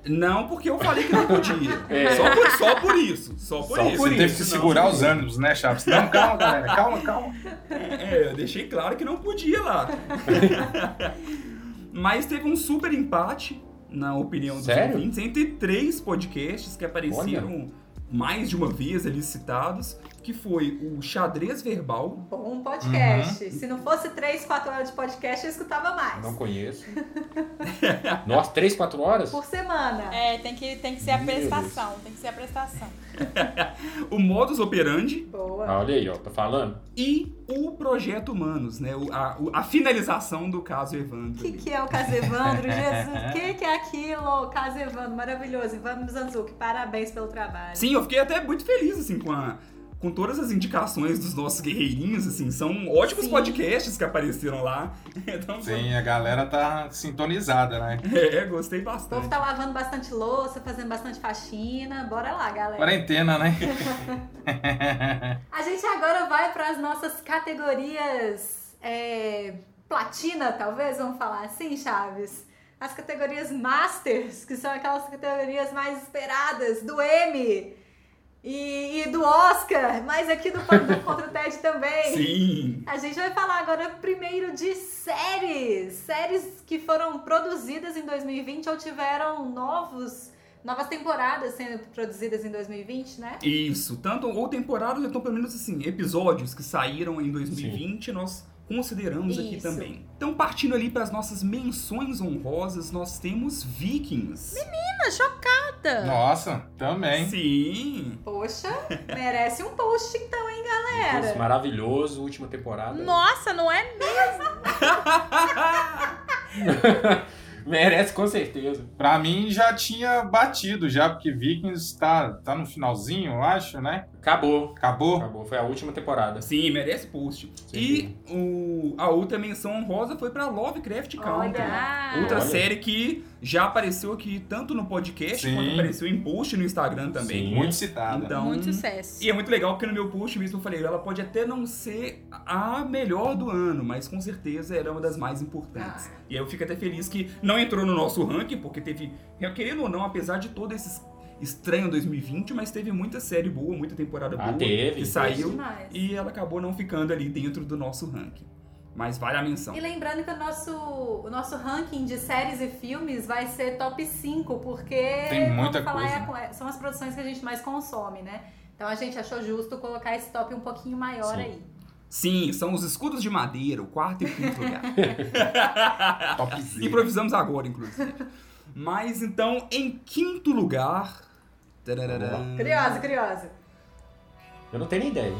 S2: Não, porque eu falei que não podia. *laughs*
S5: É.
S2: Só, por, só por isso. Só por
S4: Só
S2: isso.
S4: Você teve que
S2: Senão-
S4: segurar os ânimos, né, Chaves? Não,
S1: *laughs*
S4: calma, galera, calma, calma.
S2: É, eu deixei claro que não podia lá. Mas teve um super empate, na opinião dos
S5: Sério?
S2: ouvintes, entre três podcasts que apareceram mais de uma vez ali citados. que foi o xadrez verbal.
S1: Bom podcast. Se não fosse 3, 4 horas de podcast, eu escutava mais.
S5: Não conheço. Nossa, três, quatro horas?
S1: Por semana.
S3: É, tem que, tem que ser a
S5: Meu Deus.
S3: prestação, tem que ser a prestação.
S2: o modus operandi
S1: Boa.
S5: Ah, olha aí, ó, tá falando?
S2: e o projeto Humanos, né? O- a, o- a finalização do caso
S1: O
S2: Evandro.
S1: que, que é o Casevandro? Jesus, o que, que é aquilo? Casevandro, maravilhoso. Ivan Mizanzuki, parabéns pelo trabalho.
S2: Sim, eu fiquei até muito feliz, assim, com a. Com todas as indicações dos nossos guerreirinhos, assim, são ótimos
S3: Sim.
S2: podcasts que apareceram lá. *laughs* Então,
S4: Sim, a galera tá sintonizada, né?
S2: *laughs* É, gostei
S1: O povo
S2: bastante.
S1: tá lavando bastante louça, fazendo bastante faxina. Bora lá, galera.
S4: Quarentena, né?
S1: A gente agora vai para as nossas categorias é, platina, talvez, vamos falar assim, Chaves? As categorias Masters, que são aquelas categorias mais esperadas do M e, e do Oscar, mas aqui do Pandão contra o TED também.
S2: Sim.
S1: A gente vai falar agora primeiro de séries. Séries que foram produzidas em 2020 ou tiveram novos, novas temporadas sendo produzidas em 2020, né?
S2: Isso, tanto ou temporadas, ou então pelo menos assim, episódios que saíram em 2020, nós consideramos aqui
S3: Isso.
S2: também. Então, partindo ali para as nossas menções honrosas, nós temos Vikings.
S3: Menina,
S1: É.
S3: chocada!
S4: Nossa, também.
S2: Sim. *laughs*
S1: Poxa, merece um post então, hein,
S5: Isso,
S1: galera?
S5: maravilhoso, última temporada.
S3: Nossa, não é mesmo?
S5: Merece com certeza.
S4: Pra mim já tinha batido já, porque Vikings tá, tá no finalzinho, eu acho, né?
S5: Acabou.
S4: Acabou.
S5: Acabou, foi a última temporada.
S2: Sim, merece post. E o, a outra menção honrosa foi para Lovecraft
S3: Ah,
S2: Country.
S1: Olha.
S2: Outra
S5: Olha.
S2: série que já apareceu aqui tanto no podcast
S4: Sim.
S2: quanto apareceu em post no Instagram também.
S5: Sim.
S4: Muito citada.
S2: Então,
S3: Muito sucesso.
S2: E é muito legal porque no meu post mesmo eu falei, ela pode até não ser a melhor do ano, mas com certeza ela é uma das mais importantes. E aí eu fico até feliz que não entrou no nosso ranking, porque teve, querendo ou não, apesar de todo esse estranho 2020, mas teve muita série boa, muita temporada
S5: Ah,
S2: boa
S5: teve.
S2: que saiu
S1: Demais. E...
S2: e ela acabou não ficando ali dentro do nosso ranking. Mas vale a menção.
S1: lembrando que o nosso, o nosso ranking de séries e filmes vai ser top 5, porque
S4: Tem muita
S1: vamos falar,
S4: coisa.
S1: é a- são as produções que a gente mais consome, né? Então a gente achou justo colocar esse top um pouquinho maior
S5: Sim.
S1: aí.
S2: Sim, são os escudos de madeira, o quarto e o quinto lugar.
S5: *laughs*
S2: *laughs*
S4: Topzinho.
S2: Improvisamos agora, inclusive. Mas então, em quinto lugar. tarararã,
S1: Curioso, curioso.
S5: Eu não tenho nem ideia.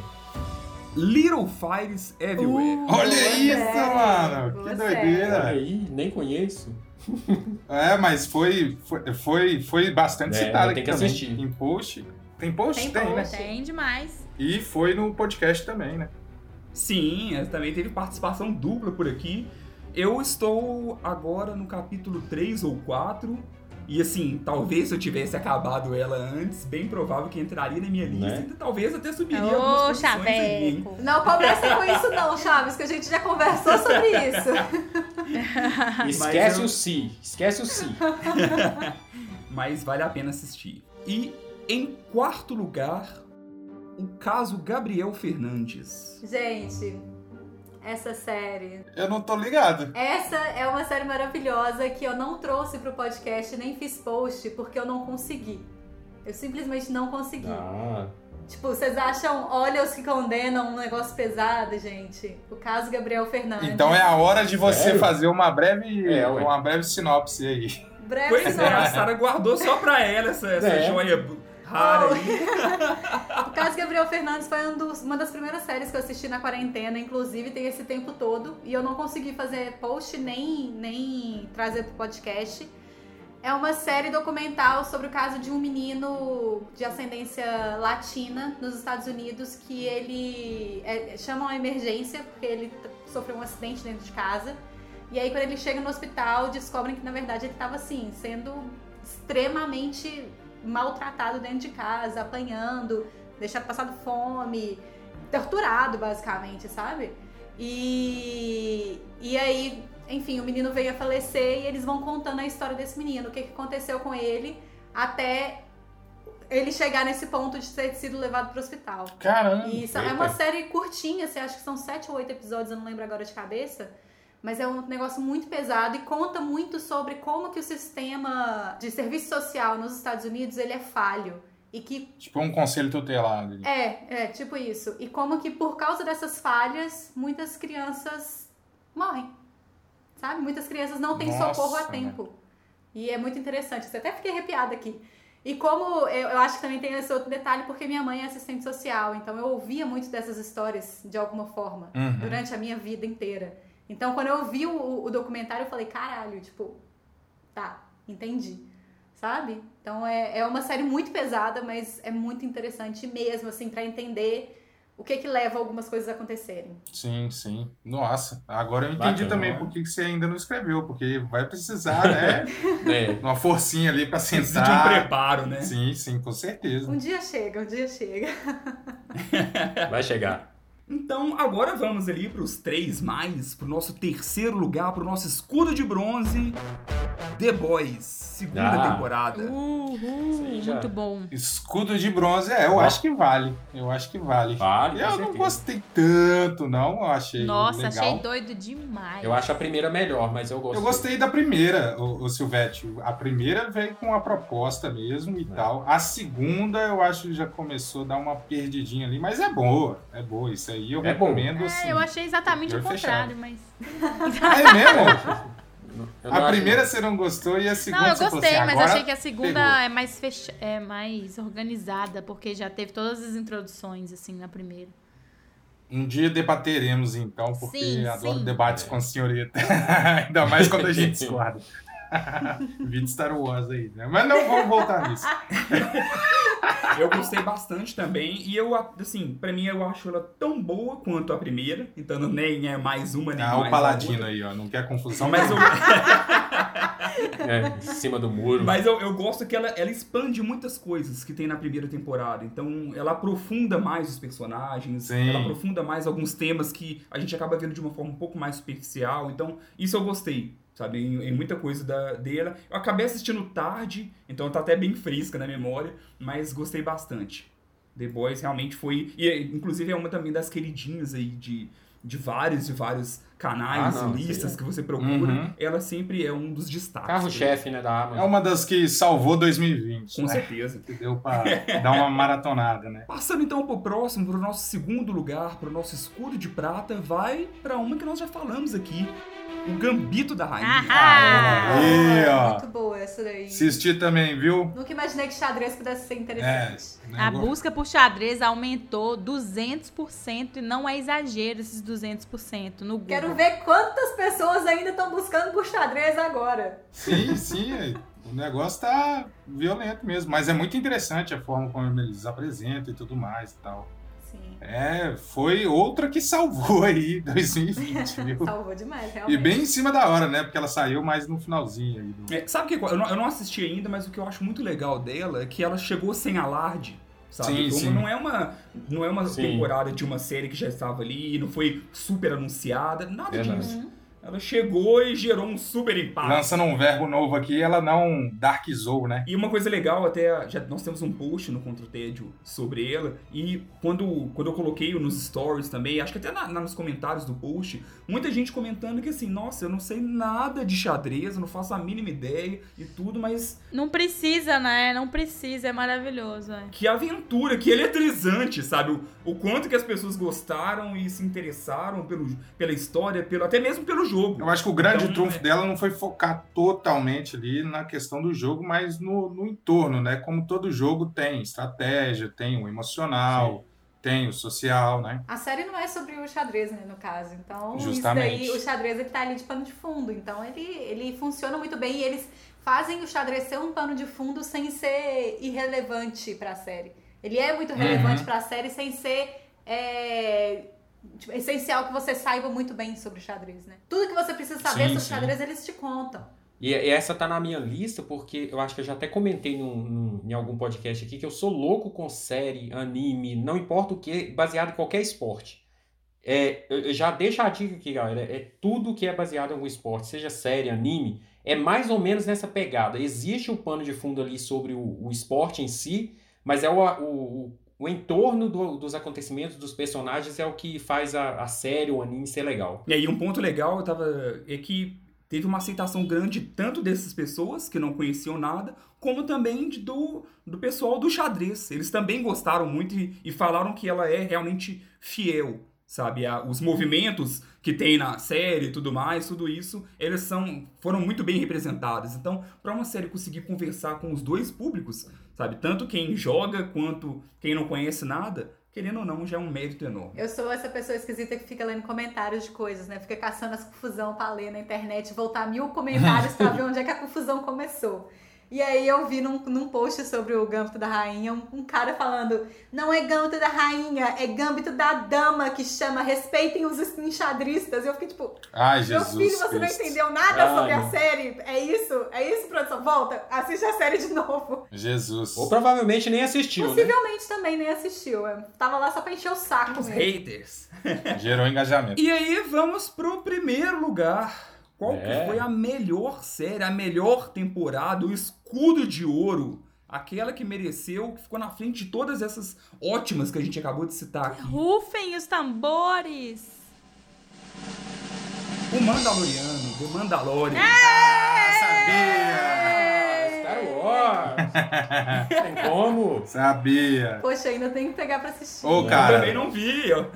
S2: Little Fires Everywhere.
S3: Uh,
S4: Olha
S5: né?
S1: Boa
S4: isso,
S1: série.
S4: mano!
S1: Boa
S4: que
S1: série.
S5: Olha
S4: doideira!
S5: Aí, nem conheço.
S4: É, mas foi, foi, foi, foi bastante
S5: É,
S4: citada
S5: tem
S4: aqui
S5: que
S4: também.
S5: assistir.
S4: Em post. Tem post?
S1: Tem
S4: Tem,
S1: post.
S4: né?
S3: Tem demais.
S4: E foi no podcast também, né?
S2: Sim, ela também teve participação dupla por aqui. Eu estou agora no capítulo 3 ou 4. E assim, talvez se eu tivesse acabado ela antes, bem provável que entraria na minha lista.
S5: Né?
S2: E talvez até subiria algumas
S3: Ô,
S2: posições aí, hein?
S3: Chaveco.
S1: Não conversa com isso não, Chaves, que a gente já conversou sobre isso. *laughs*
S5: Esquece
S2: eu-
S5: o si. Esquece o si.
S2: Mas vale a pena assistir. E em quarto lugar, o caso Gabriel Fernandes.
S1: Gente, essa série...
S4: Eu não tô ligado.
S1: Essa é uma série maravilhosa que eu não trouxe pro podcast nem fiz post porque eu não consegui. Eu simplesmente não consegui.
S5: Ah,
S1: Tipo, vocês acham olha os que condenam um negócio pesado, gente? O caso Gabriel Fernandes.
S4: Então é a hora de você
S5: Sério?
S4: fazer uma breve,
S5: É, ué.
S4: uma breve sinopse aí.
S1: Breve
S2: Pois é, a
S1: sinopse.
S2: Sarah guardou só pra ela essa, essa
S5: É.
S2: joia bu- rara aí.
S1: O caso Gabriel Fernandes foi um dos- uma das primeiras séries que eu assisti na quarentena, inclusive tem esse tempo todo, e eu não consegui fazer post nem, nem trazer pro podcast. É uma série documental sobre o caso de um menino de ascendência latina nos Estados Unidos que ele é, chama uma emergência porque ele t- sofreu um acidente dentro de casa. E aí, quando ele chega no hospital, descobrem que na verdade ele estava assim, sendo extremamente maltratado dentro de casa, apanhando, deixado passado fome, torturado basicamente, sabe? E, e aí, enfim, o menino veio a falecer e eles vão contando a história desse menino, o que, que aconteceu com ele até ele chegar nesse ponto de ter sido levado pro hospital.
S4: Caramba!
S1: E isso é uma série curtinha, assim, acho que são sete ou oito episódios, eu não lembro agora de cabeça. Mas é um negócio muito pesado e conta muito sobre como que o sistema de serviço social nos Estados Unidos ele é falho. E que
S4: Tipo um conselho tutelar. ali.
S1: é, é, tipo isso. E como que por causa dessas falhas, muitas crianças morrem. Sabe? Muitas crianças não têm
S4: Nossa,
S1: socorro a
S4: né?
S1: tempo. E é muito interessante. Isso até fiquei arrepiada aqui. E como eu, eu acho que também tem esse outro detalhe, porque minha mãe é assistente social, então eu ouvia muito dessas histórias de alguma forma
S4: Uhum.
S1: durante a minha vida inteira. Então, quando eu vi o, o documentário, eu falei, caralho, tipo, tá, entendi. Sabe? Então é, é uma série muito pesada, mas é muito interessante mesmo, assim, pra entender o que que leva algumas coisas a acontecerem.
S4: Sim, sim. Nossa, agora eu entendi
S5: Bacana,
S4: também
S5: né?
S4: por que que você ainda não escreveu, porque vai precisar,
S5: *laughs*
S4: né?
S5: É.
S4: uma forcinha ali pra
S2: Precisa de um
S4: sentar.
S2: preparo, né?
S4: Tá. Sim, sim, com certeza.
S1: Um dia chega, um dia chega.
S5: Vai chegar.
S2: Então agora vamos ali para os três mais, para o nosso terceiro lugar, para o nosso escudo de bronze, The Boys, segunda
S5: Ah.
S2: temporada.
S3: Uh.
S5: Isso
S3: *laughs*
S5: aí
S3: Uhul,
S5: já-
S3: muito bom.
S4: Escudo de bronze, é, eu
S5: Ó.
S4: acho que vale. Eu acho que vale.
S5: Vale, Ah, com
S4: Eu não
S5: certeza.
S4: gostei tanto, não. Eu achei
S3: Nossa,
S4: legal.
S3: achei doido demais.
S5: Eu acho a primeira melhor, mas eu gosto.
S4: Eu gostei da primeira, o, Silvete. A primeira veio com a proposta mesmo e
S5: É.
S4: tal. A segunda, eu acho que já começou a dar uma perdidinha ali, mas é boa. É boa. Isso aí eu
S5: É bom.
S4: recomendo, assim.
S3: É, eu achei exatamente o
S4: Olho
S3: contrário, mas.
S4: É mesmo?
S5: *laughs* Eu não
S4: a
S5: acho-
S4: primeira você não gostou e a segunda
S3: Não, eu
S4: você
S3: gostei,
S4: falou assim,
S3: mas
S4: agora...
S3: achei que a segunda
S4: pegou.
S3: é mais, fecha... é mais organizada, porque já teve todas as introduções, assim, na primeira.
S4: Um dia debateremos, então, porque
S3: Sim,
S4: adoro
S3: sim.
S4: debates com a senhorita. *laughs* Ainda mais quando a gente *laughs* discorda. Vídeo Star Wars aí, né? Mas não vamos voltar *laughs* nisso.
S2: Eu gostei bastante também e eu assim, pra mim eu acho ela tão boa quanto a primeira, então nem é mais uma nem
S4: Ah,
S2: mais
S4: o
S2: a
S4: Paladino
S2: outra.
S4: aí, ó. Não quer confusão,
S2: Não, mas eu,
S5: É, em cima do muro.
S2: mas eu, eu gosto que ela, ela expande muitas coisas que tem na primeira temporada. Então, ela aprofunda mais os personagens,
S4: Sim.
S2: ela aprofunda mais alguns temas que a gente acaba vendo de uma forma um pouco mais superficial. Então, isso eu gostei, sabe? Em, em muita coisa da, dela. Eu acabei assistindo tarde, então tá até bem fresca na memória, mas gostei bastante. The Boys realmente foi. E, inclusive, é uma também das queridinhas aí de, de vários, de vários canais,
S5: Ah, não,
S2: listas
S5: sim.
S2: que você procura.
S4: Uhum.
S2: Ela sempre é um dos destaques.
S5: Carro-chefe, né, da Amazon.
S4: É uma das que salvou 2020.
S2: Com
S4: né?
S2: certeza.
S4: que deu pra dar uma maratonada, né?
S2: Passando então pro próximo, pro nosso segundo lugar, pro nosso escudo de prata, vai pra uma que nós já falamos aqui, o Gambito da
S3: Ah,
S2: Rainha.
S1: ah, é.
S3: Ahá!
S4: Aí, Ah. ó.
S1: Muito boa essa daí.
S4: Assisti também, viu? É,
S1: Nunca imaginei que xadrez pudesse ser interessante.
S3: A busca por xadrez aumentou 200% e não é exagero esses 200% no
S4: É.
S3: Google.
S1: Quero ver quantas pessoas ainda estão buscando por xadrez agora.
S4: Sim, sim. é. O negócio tá violento mesmo. Mas é muito interessante a forma como eles apresentam e tudo mais e tal.
S1: Sim,
S4: É, foi outra que salvou *laughs* aí
S1: *laughs*
S4: 2020, viu?
S1: salvou demais,
S4: E
S1: realmente.
S4: bem em cima da hora, né? Porque ela saiu mais no finalzinho aí. do-
S2: É, sabe o que eu não, eu não assisti ainda, mas o que eu acho muito legal dela é que ela chegou sem alarde. Sabe?
S4: Sim,
S2: Como
S4: sim.
S2: Não é uma, não é uma
S5: Sim.
S2: temporada de uma série que já estava ali, não foi super anunciada, nada
S5: Verdade.
S2: disso.
S1: Uhum.
S2: Ela chegou e gerou um super impacto.
S4: Lançando um verbo novo aqui, ela não darkizou, né?
S2: E uma coisa legal, até já nós temos um post no Contra o Tédio sobre ela, e quando, quando eu coloquei nos stories também, acho que até na- na- nos comentários do post, muita gente comentando que assim, nossa, eu não sei nada de xadrez, eu não faço a mínima ideia e tudo, mas
S3: Não precisa, né? Não precisa, é maravilhoso. É.
S2: que aventura, que eletrizante, sabe? O, o quanto que as pessoas gostaram e se interessaram pelo, pela história, pelo, até mesmo pelo jogo.
S4: Eu acho que o grande
S2: Então,
S4: trunfo
S2: é.
S4: dela não foi focar totalmente ali na questão do jogo, mas no, no entorno, né? Como todo jogo tem estratégia, tem o emocional, tem o social, né?
S1: A série não é sobre o xadrez, né, no caso. Então,
S4: Justamente.
S1: isso daí, o xadrez ele tá ali de pano de fundo. Então, ele, ele funciona muito bem e eles fazem o xadrez ser um pano de fundo sem ser irrelevante pra série. Ele é muito relevante
S4: Uhum.
S1: pra série sem ser é, tipo, essencial que você saiba muito bem sobre o xadrez, né? Tudo que você precisa saber
S4: Sim,
S1: sobre o
S4: sim.
S1: xadrez, eles te contam.
S5: E, e essa tá na minha lista porque eu acho que eu já até comentei num- num- em algum podcast aqui que eu sou louco com série, anime, não importa o que, baseado em qualquer esporte. É, eu- eu já deixo a dica aqui, galera. É tudo que é baseado em algum esporte, seja série, anime, é mais ou menos nessa pegada. Existe o pano de fundo ali sobre o, o esporte em si, mas é o, o, o- o entorno do- dos acontecimentos dos personagens é o que faz a, a série ou anime ser legal.
S2: E aí, um ponto legal eu tava, é que te- teve uma aceitação grande tanto dessas pessoas que não conheciam nada, como também de- do, do pessoal do xadrez. Eles também gostaram muito e, e falaram que ela é realmente fiel, sabe? A- os movimentos que tem na série e tudo mais, tudo isso, eles são, foram muito bem representados. Então, para uma série conseguir conversar com os dois públicos, sabe? Tanto quem joga quanto quem não conhece nada, querendo ou não, já é um mérito enorme.
S1: Eu sou essa pessoa esquisita que fica lendo comentários de coisas, né? Fica caçando as confusão pra ler na internet, voltar mil comentários pra ver onde é que a confusão começou. E aí eu vi num, num post sobre o Gâmbito da Rainha um, um cara falando: não é Gâmbito da Rainha, é Gâmbito da Dama que chama Respeitem os enxadristas. E eu fiquei tipo,
S4: Ai,
S1: Meu
S4: Jesus.
S1: filho, você não
S4: Cristo.
S1: entendeu nada sobre a
S5: Ai.
S1: série? É isso? É isso, produção? Volta, assiste a série de novo.
S4: Jesus.
S5: Ou provavelmente nem assistiu, né?
S1: Possivelmente também nem assistiu. Eu tava lá só pra encher o saco
S2: Os
S1: mesmo.
S2: haters.
S4: Gerou engajamento.
S2: E aí vamos pro primeiro lugar. Qual que
S5: É.
S2: foi a melhor série, a melhor temporada, o escudo de ouro? Aquela que mereceu, que ficou na frente de todas essas ótimas que a gente acabou de citar aqui.
S3: Rufem os tambores!
S2: O Mandaloriano, The Mandalorian.
S1: É!
S4: Ah, sabia!
S5: É, Star Wars! Tem como?
S4: Sabia!
S1: Poxa, ainda tem que pegar pra assistir.
S4: Ô,
S2: Eu
S4: cara,
S2: também não vi. ó.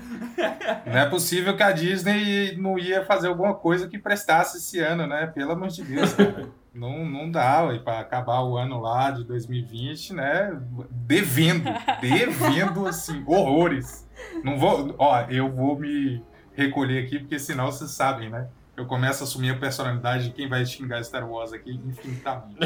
S4: não é possível que a Disney não ia fazer alguma coisa que prestasse esse ano, né? Pelo amor de Deus, cara. Não, não dá, ué, pra acabar o ano lá de 2020, né? Devendo, devendo, assim, horrores. Não vou, ó, eu vou me recolher aqui, porque senão vocês sabem, né? Eu começo a assumir a personalidade de quem vai xingar Star Wars aqui infinitamente.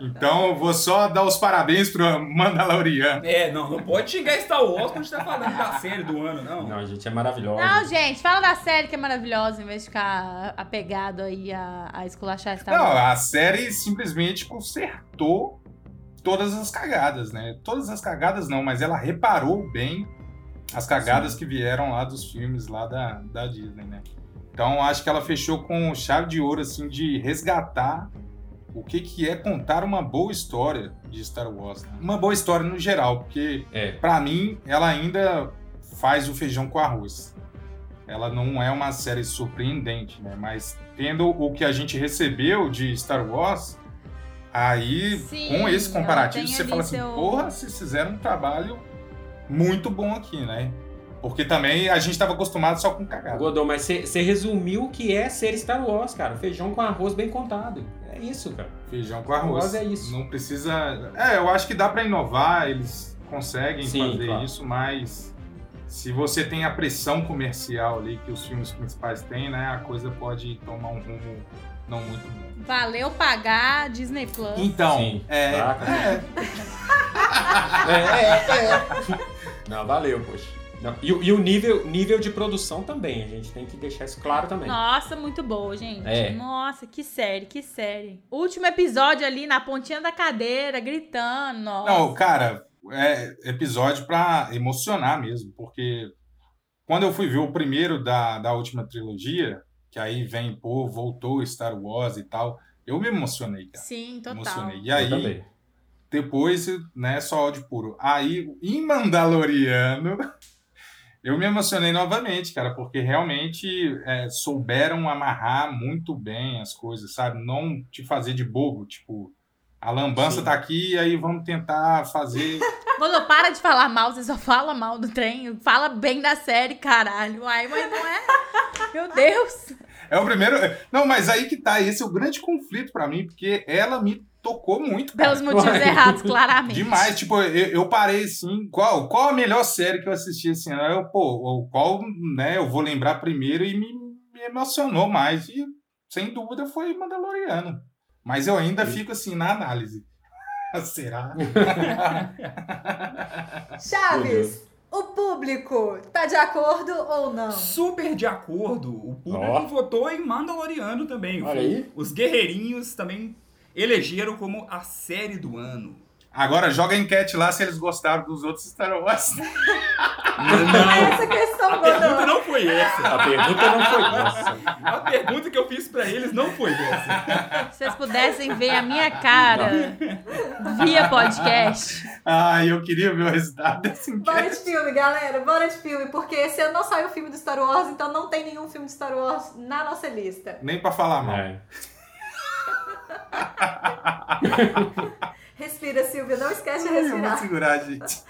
S4: Então, eu vou só dar os parabéns pro Mandaloriano.
S2: É, não, não pode xingar Star Wars quando a gente tá falando da série do ano, não.
S5: Não, gente, é maravilhosa.
S3: Não, gente, fala da série que é maravilhosa em vez de ficar apegado aí a, a esculachar Star
S4: Não,
S3: Wars.
S4: a série simplesmente consertou todas as cagadas, né? Todas as cagadas não, mas ela reparou bem as cagadas que vieram lá dos filmes lá da, da Disney, né? Então acho que ela fechou com chave de ouro, assim, de resgatar o que, que é contar uma boa história de Star Wars. né? Uma boa história no geral, porque
S5: É.
S4: Pra mim, ela ainda faz o feijão com arroz. Ela não é uma série surpreendente, né? Mas tendo o que a gente recebeu de Star Wars, aí
S3: Sim,
S4: com esse
S3: ela
S4: comparativo
S3: tem
S4: você
S3: ali
S4: fala assim,
S3: seu-
S4: porra, vocês fizeram um trabalho muito bom aqui, né? Porque também a gente tava acostumado só com cagada.
S5: Godô, mas você resumiu o que é ser Star Wars, cara. Feijão com arroz bem contado. É isso, cara.
S4: Feijão com arroz.
S5: Arroz é isso.
S4: Não precisa. É, eu acho que dá pra inovar, eles conseguem
S5: Sim,
S4: fazer
S5: claro.
S4: isso, mas se você tem a pressão comercial ali que os filmes principais têm, né, a coisa pode tomar um rumo não muito bom.
S3: Valeu pagar Disney Plus.
S4: Então,
S5: Sim, Tá.
S4: é,
S5: fraca.
S4: é,
S5: *laughs* É, Não, valeu, poxa. Não, E, o- e o nível, nível de produção também, a gente tem que deixar isso claro também.
S3: Nossa, muito boa, gente.
S5: É.
S3: Nossa, que série, que série. Último episódio ali na pontinha da cadeira, gritando. Nossa.
S4: Não, cara, é episódio pra emocionar mesmo, porque quando eu fui ver o primeiro da, da última trilogia, que aí vem, pô, voltou Star Wars e tal, eu me emocionei,
S5: Tá.
S4: cara.
S3: Sim, total.
S4: Emocionei. E
S5: Eu
S4: aí,
S5: também.
S4: Depois, né, só áudio puro. Aí, em Mandaloriano, *laughs* eu me emocionei novamente, cara, porque realmente é, souberam amarrar muito bem as coisas, sabe? Não te fazer de bobo, tipo, a lambança
S5: Sim.
S4: tá aqui, aí vamos tentar fazer. *laughs*
S3: Quando para de falar mal, você só fala mal do trem. Fala bem da série, caralho. Ai, mas não é? Meu Deus.
S4: É o primeiro. Não, mas aí que tá, esse é o grande conflito pra mim, porque ela me tocou muito, cara.
S3: Pelos motivos
S5: Uai.
S3: errados, claramente.
S4: Demais, tipo, eu, eu parei assim, qual, qual a melhor série que eu assisti assim? Aí Eu, pô, o qual, né, eu vou lembrar primeiro e me, me emocionou mais. E sem dúvida foi Mandaloriano. Mas eu ainda fico assim na análise. *laughs* Será?
S1: Chaves, o público tá de acordo ou não?
S2: Super de acordo. O público
S5: Ó.
S2: votou em Mandaloriano também.
S5: Olha aí.
S2: Os guerreirinhos também elegeram como a série do ano.
S5: *laughs*
S4: Agora joga a enquete lá se eles gostaram dos outros Star Wars.
S2: Não,
S1: É Essa questão,
S2: a pergunta
S1: Godô.
S2: não foi essa.
S5: A pergunta não foi essa.
S4: Tá
S2: A pergunta que eu fiz pra eles não foi essa.
S3: Se vocês pudessem ver a minha cara via podcast.
S4: *laughs* Ah, eu queria ver o resultado assim, desse
S1: Bora
S4: enquete.
S1: de filme, galera. Bora de filme, porque esse ano não saiu filme do Star Wars, então não tem nenhum filme de Star Wars na nossa lista.
S4: Nem pra falar mal.
S5: É.
S1: Respira, Silvia, não esquece de
S4: Ai, Eu vou
S1: respirar.
S4: segurar, gente.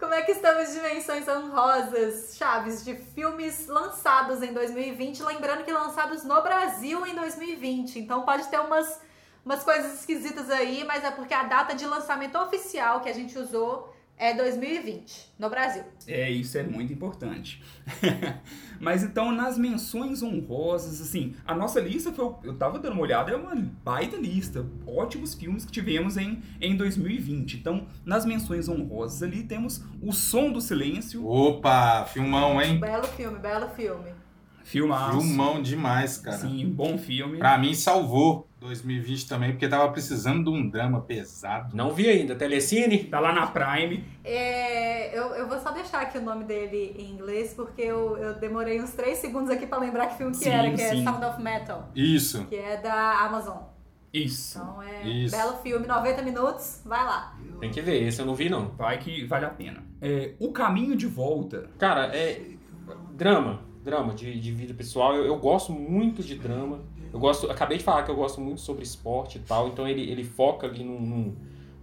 S1: Como é que estamos de menções honrosas, Chaves, de filmes lançados em 2020, lembrando que lançados no Brasil em 2020. Então pode ter umas, umas coisas esquisitas aí, mas é porque a data de lançamento oficial que a gente usou é 2020, no Brasil.
S2: É, isso é muito importante. *laughs* Mas então, nas menções honrosas, assim, a nossa lista foi. Eu tava dando uma olhada, é uma baita lista. Ótimos filmes que tivemos em, em 2020. Então, nas menções honrosas ali, temos O Som do Silêncio.
S4: Opa, filmão, hein?
S1: Belo filme, belo filme.
S2: Filmaço.
S4: Filmão demais, cara.
S2: Sim, um bom filme.
S4: Pra mim, salvou 2020 também, porque tava precisando de um drama pesado.
S5: Não vi ainda. Telecine?
S2: Tá lá na Prime.
S1: É, eu, eu vou só deixar aqui o nome dele em inglês, porque eu, eu demorei uns 3 segundos aqui pra lembrar que filme que
S2: Sim,
S1: era, que é
S2: sim.
S1: Sound of Metal,
S4: Isso.
S1: que é da Amazon.
S2: Isso.
S1: Então é
S4: Isso.
S1: belo filme, 90 minutos, vai lá.
S5: Tem que ver. Esse eu não vi, não.
S2: Vai que vale a pena. É, o Caminho de Volta.
S5: Cara, é. Drama. Drama de, de vida pessoal. Eu, eu gosto muito de drama. Eu gosto. Acabei de falar que eu gosto muito sobre esporte e tal. Então ele, ele foca ali num, num,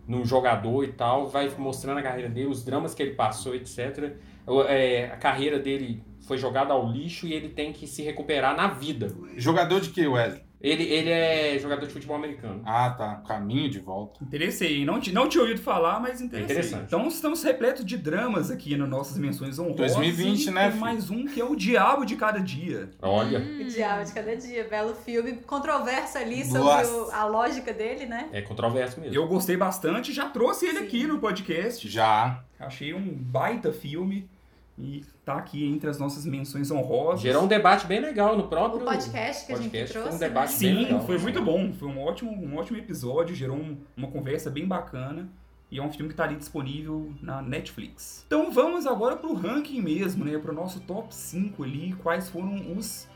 S5: num jogador e tal. Vai mostrando a carreira dele, os dramas que ele passou, etc. Eu- é, a carreira dele foi jogada ao lixo e ele tem que se recuperar na vida.
S4: Jogador de que, Wesley?
S5: Ele, ele é jogador de futebol americano.
S4: Ah, tá. Caminho de volta.
S2: Interessei, hein? não, ti- não tinha ouvido falar, mas interessei.
S5: Interessante.
S2: Então estamos repletos de dramas aqui nas nossas menções honrosas.
S4: 2020,
S2: e
S4: né,
S2: Tem
S4: filho?
S2: mais um que é o Diabo de Cada Dia.
S5: Olha,
S1: O Diabo de Cada Dia, belo filme. Controverso ali sobre
S4: Nossa.
S1: o- a lógica dele, né?
S5: é controverso mesmo.
S2: Eu gostei bastante, já trouxe ele
S1: Sim.
S2: aqui no podcast. *laughs*
S4: Já.
S2: Achei um baita filme e tá aqui entre as nossas menções honrosas.
S5: Gerou um debate bem legal no próprio
S1: O podcast que a gente
S5: podcast foi um
S1: trouxe.
S5: debate
S1: né?
S5: bem
S2: Sim,
S5: legal.
S2: foi muito bom. Foi um ótimo, um ótimo episódio, gerou um- uma conversa bem bacana. E é um filme que tá ali disponível na Netflix. Então vamos agora pro ranking mesmo, né? Pro nosso top 5 ali, quais foram os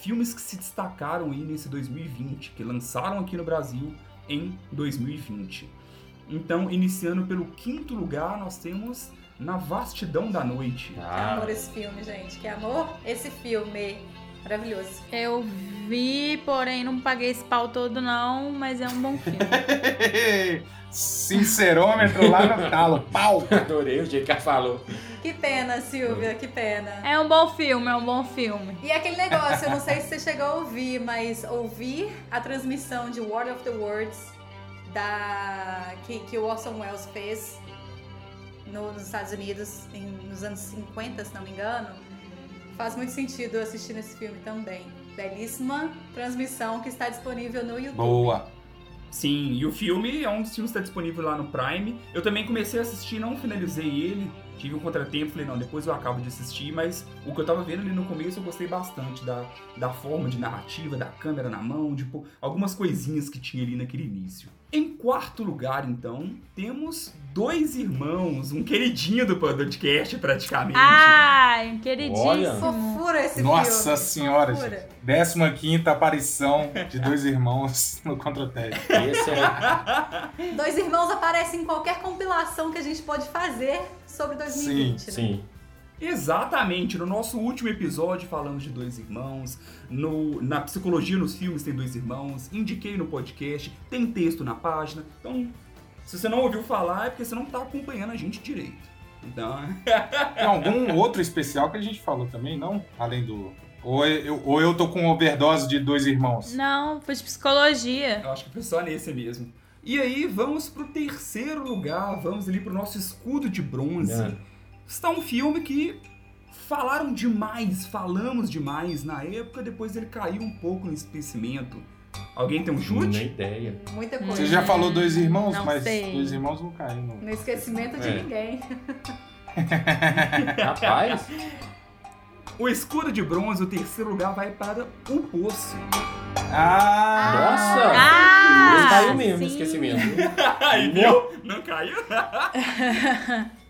S2: filmes que se destacaram aí nesse 2020, que lançaram aqui no Brasil em 2020. Então, iniciando pelo quinto lugar, nós temos Na Vastidão da Noite.
S1: Que
S5: Ah,
S1: amor esse filme, gente. Que amor esse filme. Maravilhoso.
S3: Eu vi, porém não paguei esse pau todo, não, mas é um bom filme.
S4: Sincerômetro lá na tala. Pau!
S5: adorei o jeito que ela falou.
S1: Que pena, Silvia, que pena.
S3: É um bom filme, é um bom filme.
S1: E aquele negócio, eu não sei se você chegou a ouvir, mas ouvir a transmissão de World of the Words da que, que o Orson Welles fez no- nos Estados Unidos em- nos anos 50, se não me engano, faz muito sentido eu assistir nesse filme também. Belíssima transmissão que está disponível no YouTube.
S4: Boa.
S2: Sim, e o filme é um dos filmes que está disponível lá no Prime. Eu também comecei a assistir, não finalizei ele. Tive um contratempo, falei, não, depois eu acabo de assistir, mas o que eu tava vendo ali no começo eu gostei bastante da, da forma de narrativa, da câmera na mão, tipo, algumas coisinhas que tinha ali naquele início. Em quarto lugar, então, temos dois irmãos, um queridinho do podcast praticamente.
S3: Ah, Ai, queridíssimo.
S5: Olha.
S1: Fofura esse filme.
S4: Nossa senhora,
S1: fofura.
S4: gente. 15 aparição de dois irmãos *laughs* no Contra-Tag.
S1: *laughs*
S5: Esse é
S1: Dois irmãos aparecem em qualquer compilação que a gente pode fazer sobre 2020. né?
S5: sim.
S2: Exatamente, no nosso último episódio falamos de dois irmãos, no- na psicologia nos filmes tem dois irmãos, indiquei no podcast, tem texto na página, então se você não ouviu falar é porque você não tá acompanhando a gente direito. Então, *laughs*
S4: Tem algum outro especial que a gente falou também, não? Além do. Ou eu, ou eu tô com overdose de dois irmãos.
S3: Não, foi de psicologia.
S2: eu acho que foi só nesse mesmo. E aí, vamos pro terceiro lugar, vamos ali pro nosso escudo de bronze.
S5: É.
S2: Está um filme que falaram demais, falamos demais na época, depois ele caiu um pouco no esquecimento. Alguém tem um chute?
S5: Nem ideia.
S1: *laughs* Muita coisa.
S4: Você já falou dois irmãos,
S3: né? Não
S4: mas
S3: sei.
S4: dois irmãos não caem. no-
S1: No esquecimento de
S5: É.
S1: ninguém.
S5: Rapaz,
S2: O escudo de bronze, o terceiro lugar, vai para o poço.
S4: Ah!
S5: nossa!
S3: Ah!
S5: Esse caiu mesmo,
S3: sim.
S5: esquecimento.
S2: Aí, viu? Não caiu?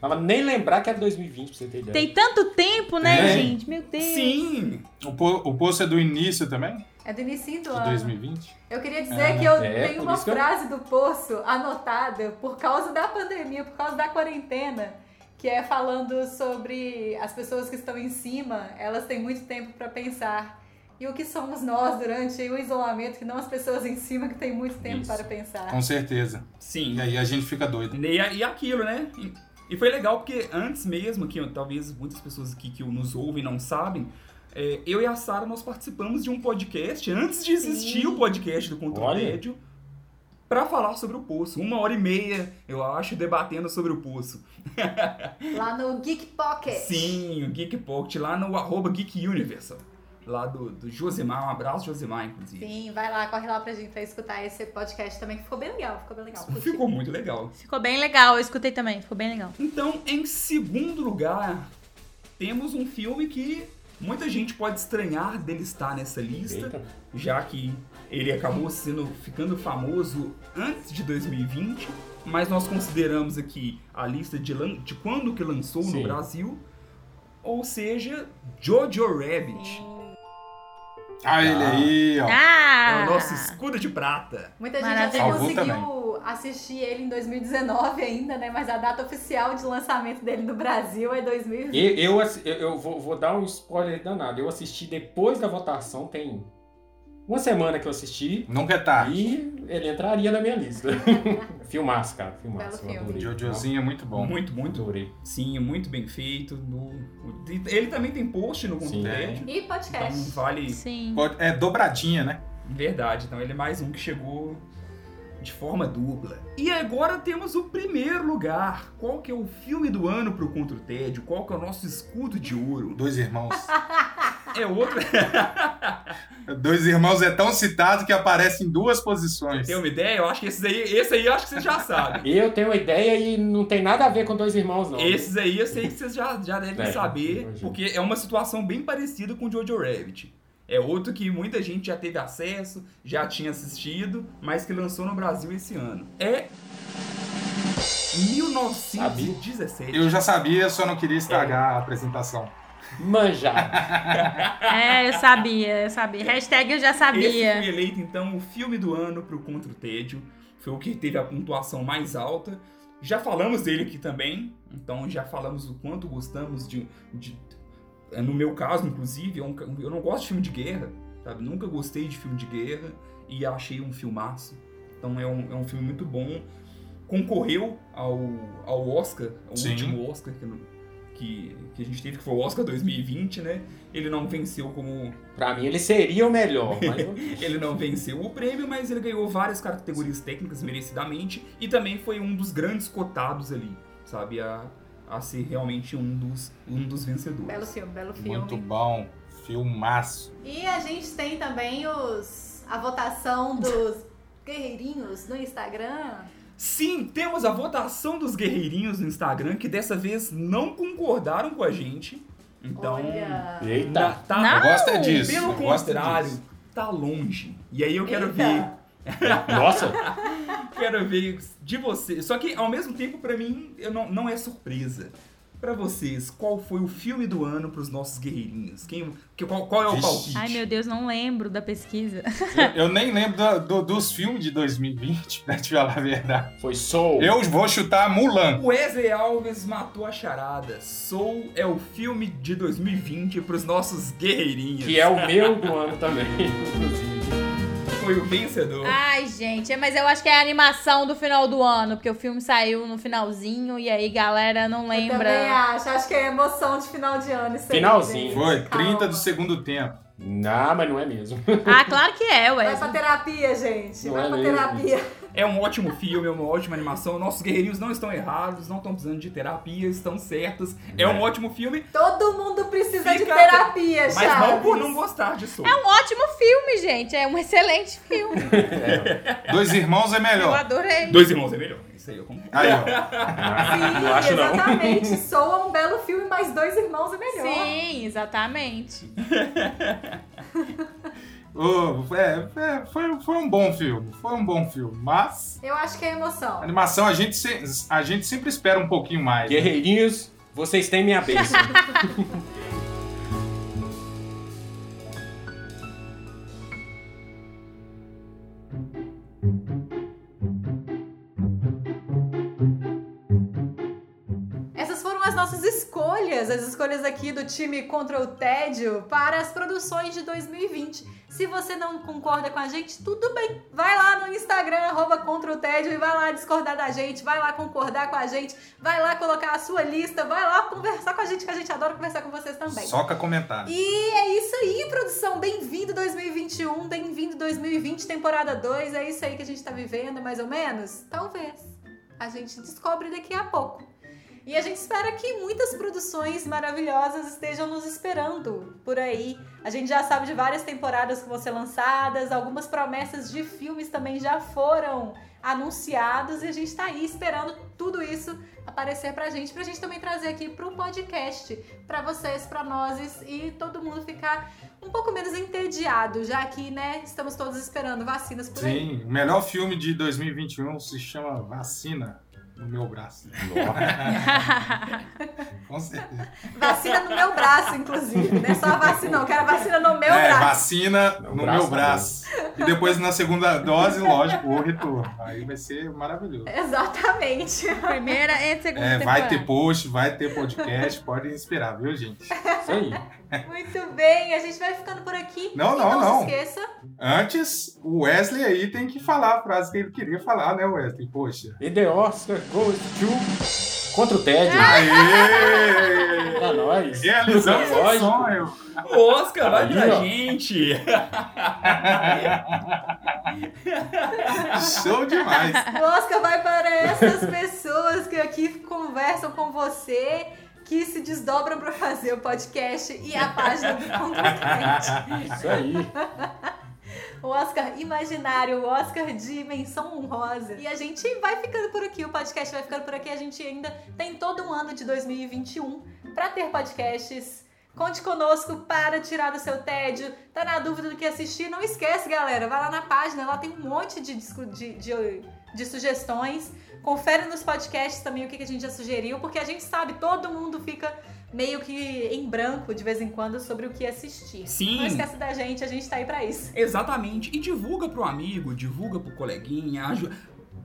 S5: Tava nem lembrar que era 2020, pra você ter ideia.
S3: Tem tanto tempo, né,
S5: É.
S3: gente? Meu Deus.
S2: Sim!
S4: O, po o post é do início também?
S1: É do início do
S4: De
S1: ano.
S4: 2020?
S1: Eu queria
S5: É,
S1: dizer que eu
S5: é,
S1: tenho
S5: por
S1: uma
S5: isso que eu-
S1: frase do Poço anotada por causa da pandemia, por causa da quarentena, que é falando sobre as pessoas que estão em cima, elas têm muito tempo para pensar. E o que somos nós durante o isolamento, que não as pessoas em cima que têm muito tempo
S5: Isso.
S1: para pensar.
S4: Com certeza.
S2: Sim.
S4: E aí a gente fica doido.
S2: E, e aquilo, né? E, e foi legal porque antes mesmo, que talvez muitas pessoas aqui que nos ouvem não sabem, é, eu e a Sara nós participamos de um podcast antes de existir
S1: Sim.
S2: o podcast do Contra o
S5: Olha.
S2: Tédio pra falar sobre o poço. Uma hora e meia, eu acho, debatendo sobre o poço.
S1: Lá no Geek Pocket.
S2: Sim, o Geek Pocket lá no arroba Geek Universal. Lá do, do Josimar, um abraço, Josimar, inclusive.
S1: Sim, vai lá, corre lá pra gente pra escutar esse podcast também, que ficou bem legal, ficou bem legal. Curti.
S2: Ficou muito legal.
S3: Ficou bem legal, eu escutei também, ficou bem legal.
S2: Então, em segundo lugar, temos um filme que muita gente pode estranhar dele estar nessa lista,
S5: Eita.
S2: já que ele acabou sendo ficando famoso antes de 2020, mas nós consideramos aqui a lista de, lan- de quando que lançou no
S5: Sim.
S2: Brasil, ou seja, Jojo Rabbit.
S4: Ah, ele aí, ó.
S3: Ah!
S2: É o nosso escudo de prata.
S1: Muita gente até
S3: Maravilhoso.
S1: conseguiu assistir ele em 2019 ainda, né? Mas a data oficial de lançamento dele no Brasil é 2020.
S5: Eu, eu, assi- eu- eu vou, vou dar um spoiler danado. Eu assisti depois da votação, tem uma semana que eu assisti.
S4: Nunca é tarde.
S5: E ele entraria na minha lista. *laughs* filmaço, cara. Filmaço.
S1: Belo
S5: eu adorei.
S4: Jojozinho é muito bom.
S2: Muito, muito.
S5: Adorei.
S2: Sim, muito bem feito. No- ele também tem post no
S5: Sim.
S2: Contrédio.
S1: E
S2: Então
S1: podcast.
S2: vale
S3: Sim.
S4: Pode- É dobradinha, né?
S2: Verdade, então ele é mais um que chegou de forma dupla. E agora temos o primeiro lugar. Qual que é o filme do ano pro Contra o Tédio? Qual que é o nosso escudo de ouro?
S4: Dois
S1: *laughs*
S4: irmãos.
S2: É outro.
S4: Dois irmãos é tão citado que aparece em duas posições.
S2: Tem uma ideia? Eu acho que esses aí, esse aí eu acho que vocês já sabem.
S5: Eu tenho uma ideia e não tem nada a ver com dois irmãos, não.
S2: Esses aí eu sei que vocês já, já devem
S5: É,
S2: saber,
S5: imagino.
S2: porque é uma situação bem parecida com o Jojo Rabbit. É outro que muita gente já teve acesso, já tinha assistido, mas que lançou no Brasil esse ano. É 1917.
S4: Eu já sabia, só não queria estragar a apresentação.
S5: Manjado.
S3: É, eu sabia, eu sabia. Hashtag eu já
S2: Esse
S3: sabia.
S2: foi eleito, então, o filme do ano pro Contra o Tédio. Foi o que teve a pontuação mais alta. Já falamos dele aqui também. Então, já falamos o quanto gostamos de... de- eh, no meu caso, inclusive, é um ca- eu não gosto de filme de guerra, sabe? Nunca gostei de filme de guerra e achei um filmaço. Então, é um, é um filme muito bom. Concorreu ao, ao Oscar, ao
S4: Sim.
S2: último Oscar que, que, que a gente teve, que foi o Oscar 2020, né? Ele não venceu como
S5: pra mim, ele seria o melhor. Mas...
S2: ele não venceu o prêmio, mas ele ganhou várias categorias técnicas merecidamente e também foi um dos grandes cotados ali, sabe? A, a ser realmente um dos, um dos
S1: Belo
S2: vencedores.
S1: filme, belo filme.
S4: Muito bom.
S1: *laughs*
S4: Filmaço.
S1: E a gente tem também os a votação dos guerreirinhos no Instagram.
S2: Sim, temos a votação dos guerreirinhos no Instagram, que dessa vez não concordaram com a gente. Então.
S1: Olha.
S2: na-
S5: Eita.
S2: tá-
S3: Não,
S4: Eu gosto é disso.
S2: Pelo
S4: eu gosto é
S2: contrário,
S4: disso.
S2: tá longe. E aí eu quero
S1: Eita.
S2: ver
S5: Nossa.
S2: Quero ver de vocês. Só que, ao mesmo tempo, pra mim, eu não, não é surpresa. Pra vocês, qual foi o filme do ano pros nossos guerreirinhos? Quem, que- qual, qual é o
S4: Vixe.
S2: palpite?
S3: Ai, meu Deus, não lembro da pesquisa.
S4: Eu, eu nem lembro da- do- dos filmes de 2020, pra te falar a verdade.
S5: Foi Soul.
S4: Eu vou chutar Mulan.
S2: O Wesley Alves matou a charada. Soul é o filme de 2020 pros nossos guerreirinhos.
S5: Que é o meu do ano também. *laughs* inclusive.
S2: Foi o vencedor.
S3: Ai, gente, é, mas eu acho que é a animação do final do ano, porque o filme saiu no finalzinho e aí galera não
S1: Eu também
S3: lembra.
S1: acho, acho que é emoção de final de ano isso aí,
S5: Finalzinho.
S1: gente.
S4: Foi, 30 do
S1: Calma.
S4: segundo tempo.
S5: Não, mas não é mesmo.
S3: Ah, claro que é, ué.
S1: Vai pra terapia, gente.
S5: Não
S1: Vai
S5: é
S1: pra
S5: mesmo.
S1: terapia.
S2: É um ótimo filme, é uma ótima animação. Nossos guerreirinhos não estão errados, não estão precisando de terapia, estão certos. É, um ótimo filme,
S1: Todo mundo precisa de
S2: Fica-
S1: terapia,
S2: mas
S1: Chaves.
S2: não por não gostar de Soul.
S3: É um ótimo filme, gente. É um excelente filme.
S5: É.
S4: Dois irmãos é
S3: Eu
S4: melhor.
S3: adorei.
S2: Dois irmãos é melhor. Isso aí eu concordo.
S4: Aí, ó.
S5: Ah,
S1: Sim,
S5: não acho não.
S1: exatamente. Soa um belo filme, mas dois irmãos é melhor.
S3: Sim, exatamente.
S4: Ô, é, é, foi, foi um bom filme, foi um bom filme, mas
S1: Eu acho que é emoção.
S4: a animação a gente, se- a gente sempre espera um pouquinho mais. né?
S5: Guerreirinhos, vocês têm minha bênção.
S1: Essas foram as nossas escolhas, as escolhas aqui do time Contra o Tédio para as produções de 2020. Se você não concorda com a gente, tudo bem. Vai lá no Instagram, arroba Contra o Tédio, e vai lá discordar da gente, vai lá concordar com a gente, vai lá colocar a sua lista, vai lá conversar com a gente, que a gente adora conversar com vocês também.
S4: Soca comentário.
S1: E é isso aí, produção. Bem-vindo 2021, bem-vindo 2020, temporada 2. É isso aí que a gente tá vivendo, mais ou menos? Talvez. A gente descobre daqui a pouco. E a gente espera que muitas produções maravilhosas estejam nos esperando por aí. A gente já sabe de várias temporadas que vão ser lançadas, algumas promessas de filmes também já foram anunciados e a gente tá aí esperando tudo isso aparecer pra gente, pra gente também trazer aqui pro podcast pra vocês, pra nós e todo mundo ficar um pouco menos entediado, já que, né, estamos todos esperando vacinas por aí.
S4: Sim, o melhor filme de 2021 se chama Vacina no meu braço. né? Com certeza.
S1: Vacina no meu braço, inclusive, não é só a vacina, não, eu quero a vacina no meu
S4: é,
S1: braço.
S4: vacina
S5: Meu
S4: no
S5: braço
S4: meu braço. E depois na segunda dose, lógico, o retorno. Aí vai ser
S1: É,
S4: maravilhoso.
S1: Exatamente.
S3: *laughs* Primeira e segunda
S4: É, vai ter
S3: temporada.
S4: post, vai
S1: *laughs*
S4: ter podcast, pode esperar, viu, gente?
S5: Isso aí.
S1: Muito bem, a gente vai ficando por aqui.
S4: Não, não,
S1: E
S4: não.
S1: se esqueça.
S4: Antes, o Wesley aí tem que falar a frase que ele queria falar, né, Wesley? Poxa.
S5: E The Oscar goes to... Contra o Ted. né?
S4: Aê!
S5: Pra nós.
S4: Realizamos o
S5: Lógico.
S4: sonho.
S2: Oscar, vai
S5: Aí,
S2: pra
S5: ó.
S2: gente!
S4: Show demais.
S1: O Oscar vai para essas pessoas que aqui conversam com você, que se desdobram pra fazer o podcast e a página do Contratante.
S5: Isso aí.
S1: O Oscar imaginário, o Oscar de menção honrosa. E a gente vai ficando por aqui, o podcast vai ficando por aqui. A gente ainda tem todo um ano de 2021 pra ter podcasts. Conte conosco para tirar do seu tédio. Tá na dúvida do que assistir? Não esquece, galera. Vai lá na página, lá tem um monte de, discu- de, de, de sugestões. Confere nos podcasts também o que que a gente já sugeriu, porque a gente sabe, todo mundo fica meio que em branco de vez em quando sobre o que assistir.
S2: Sim.
S1: Não esquece da gente, a gente tá aí pra isso.
S2: Exatamente. E divulga pro amigo, divulga pro coleguinha, aju-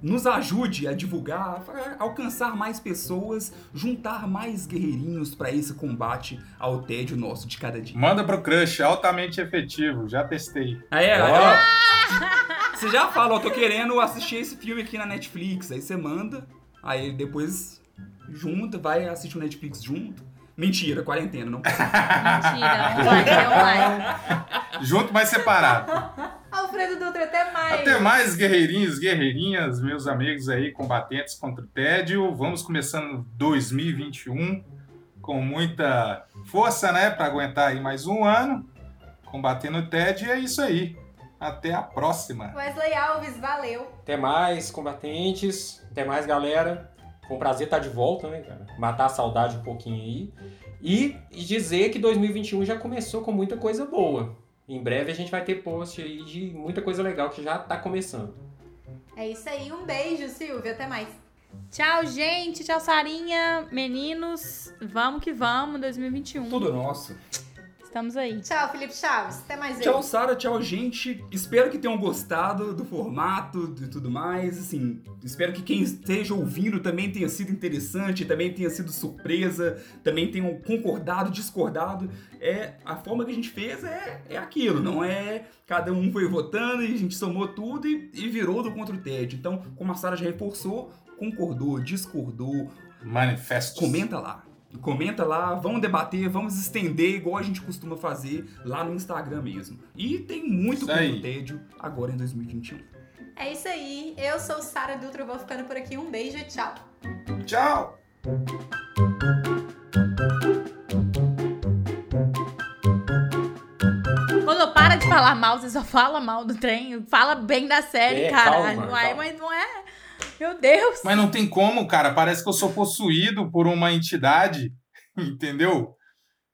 S2: nos ajude a divulgar, a alcançar mais pessoas, juntar mais guerreirinhos pra esse combate ao tédio nosso de cada dia.
S4: Manda pro crush, altamente efetivo, já testei.
S2: Aí, é,
S5: Ó,
S2: você já fala, ó, tô querendo assistir esse filme aqui na Netflix. Aí você manda, aí depois junta, vai assistir o Netflix junto. Mentira, quarentena, não.
S3: Mentira, online, é online.
S4: Junto, mas separado.
S1: Alfredo Dutra, até mais.
S4: Até mais, guerreirinhos, guerreirinhas, meus amigos aí, combatentes contra o tédio. Vamos começando 2021 com muita força, né? Pra aguentar aí mais um ano, combatendo o tédio. E é isso aí. Até a próxima.
S1: Wesley Alves, valeu.
S5: até mais, combatentes. Até mais, galera. Foi um prazer estar de volta, né, cara? Matar a saudade um pouquinho aí. E e dizer que 2021 já começou com muita coisa boa. Em breve a gente vai ter post aí de muita coisa legal que já tá começando.
S1: É isso aí, um beijo, Silvia, até mais.
S3: Tchau, gente. Tchau, Sarinha. Meninos, vamos que vamos. 2021.
S2: Tudo nosso.
S3: Estamos aí.
S1: Tchau, Felipe Chaves, até mais.
S2: Tchau, Sara. Tchau, gente. Espero que tenham gostado do formato e tudo mais. Assim, espero que quem esteja ouvindo também tenha sido interessante, também tenha sido surpresa, também tenham concordado, discordado. É a forma que a gente fez é, é aquilo, não é? Cada um foi votando e a gente somou tudo e, e virou do contra o TED. Então, como a Sara já reforçou, concordou, discordou,
S4: Manifesto.
S2: comenta lá. Comenta lá, vamos debater, vamos estender igual a gente costuma fazer lá no Instagram mesmo. E tem muito
S4: Isso
S2: conteúdo
S4: aí.
S2: tédio agora em 2021.
S1: É isso aí, eu sou Sara Dutra, eu vou ficando por aqui. Um beijo e tchau.
S4: Tchau.
S3: Quando para de falar mal, você só fala mal do trem. Fala bem da série,
S5: É,
S3: caralho.
S5: calma,
S3: Ai,
S5: calma.
S3: mas não é. Meu Deus.
S4: Mas não tem como, cara. Parece que eu sou possuído por uma entidade, *laughs* entendeu?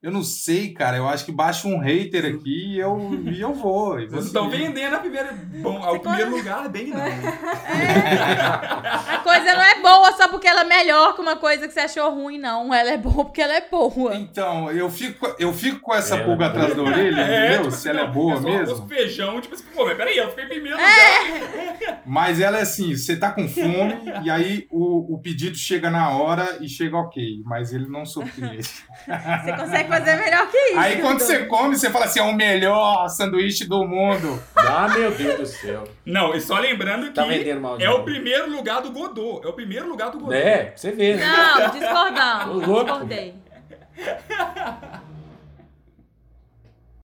S4: Eu não sei, cara. Eu acho que baixa um hater aqui e eu, e eu vou. E
S2: Vocês
S4: você-
S2: estão vendendo a primeira, bom, ao
S3: Você
S2: primeiro lugar bem, não.
S3: A coisa não é boa só porque ela é melhor que uma coisa que você achou ruim, não. Ela é boa porque ela é
S4: *laughs*
S3: boa.
S4: Então, eu fico, eu fico com essa
S5: É,
S4: pulga
S5: ela é
S4: atrás
S2: *laughs*
S4: da orelha, entendeu?
S2: tipo,
S4: Se ela é
S2: não,
S4: boa
S2: eu só
S4: mesmo.
S2: almoço feijão, tipo assim, pô, mas peraí, eu fiquei em primeiro lugar.
S4: Mas ela é assim, você tá com fome e aí o, o pedido chega na hora e chega ok, mas ele não surpreende.
S3: Você consegue fazer melhor que isso.
S4: Aí quando
S3: Dudu.
S4: você come, você fala assim, é o melhor sanduíche do mundo.
S5: Ah, meu Deus do céu.
S2: Não, e só lembrando que
S5: Tá vendendo mal de
S2: é o
S5: novo.
S2: primeiro lugar do Godô. É o primeiro lugar do Godô.
S5: né? É, pra você vê, né?
S3: Não, discordamos.
S5: Ô, louco.
S3: Discordei.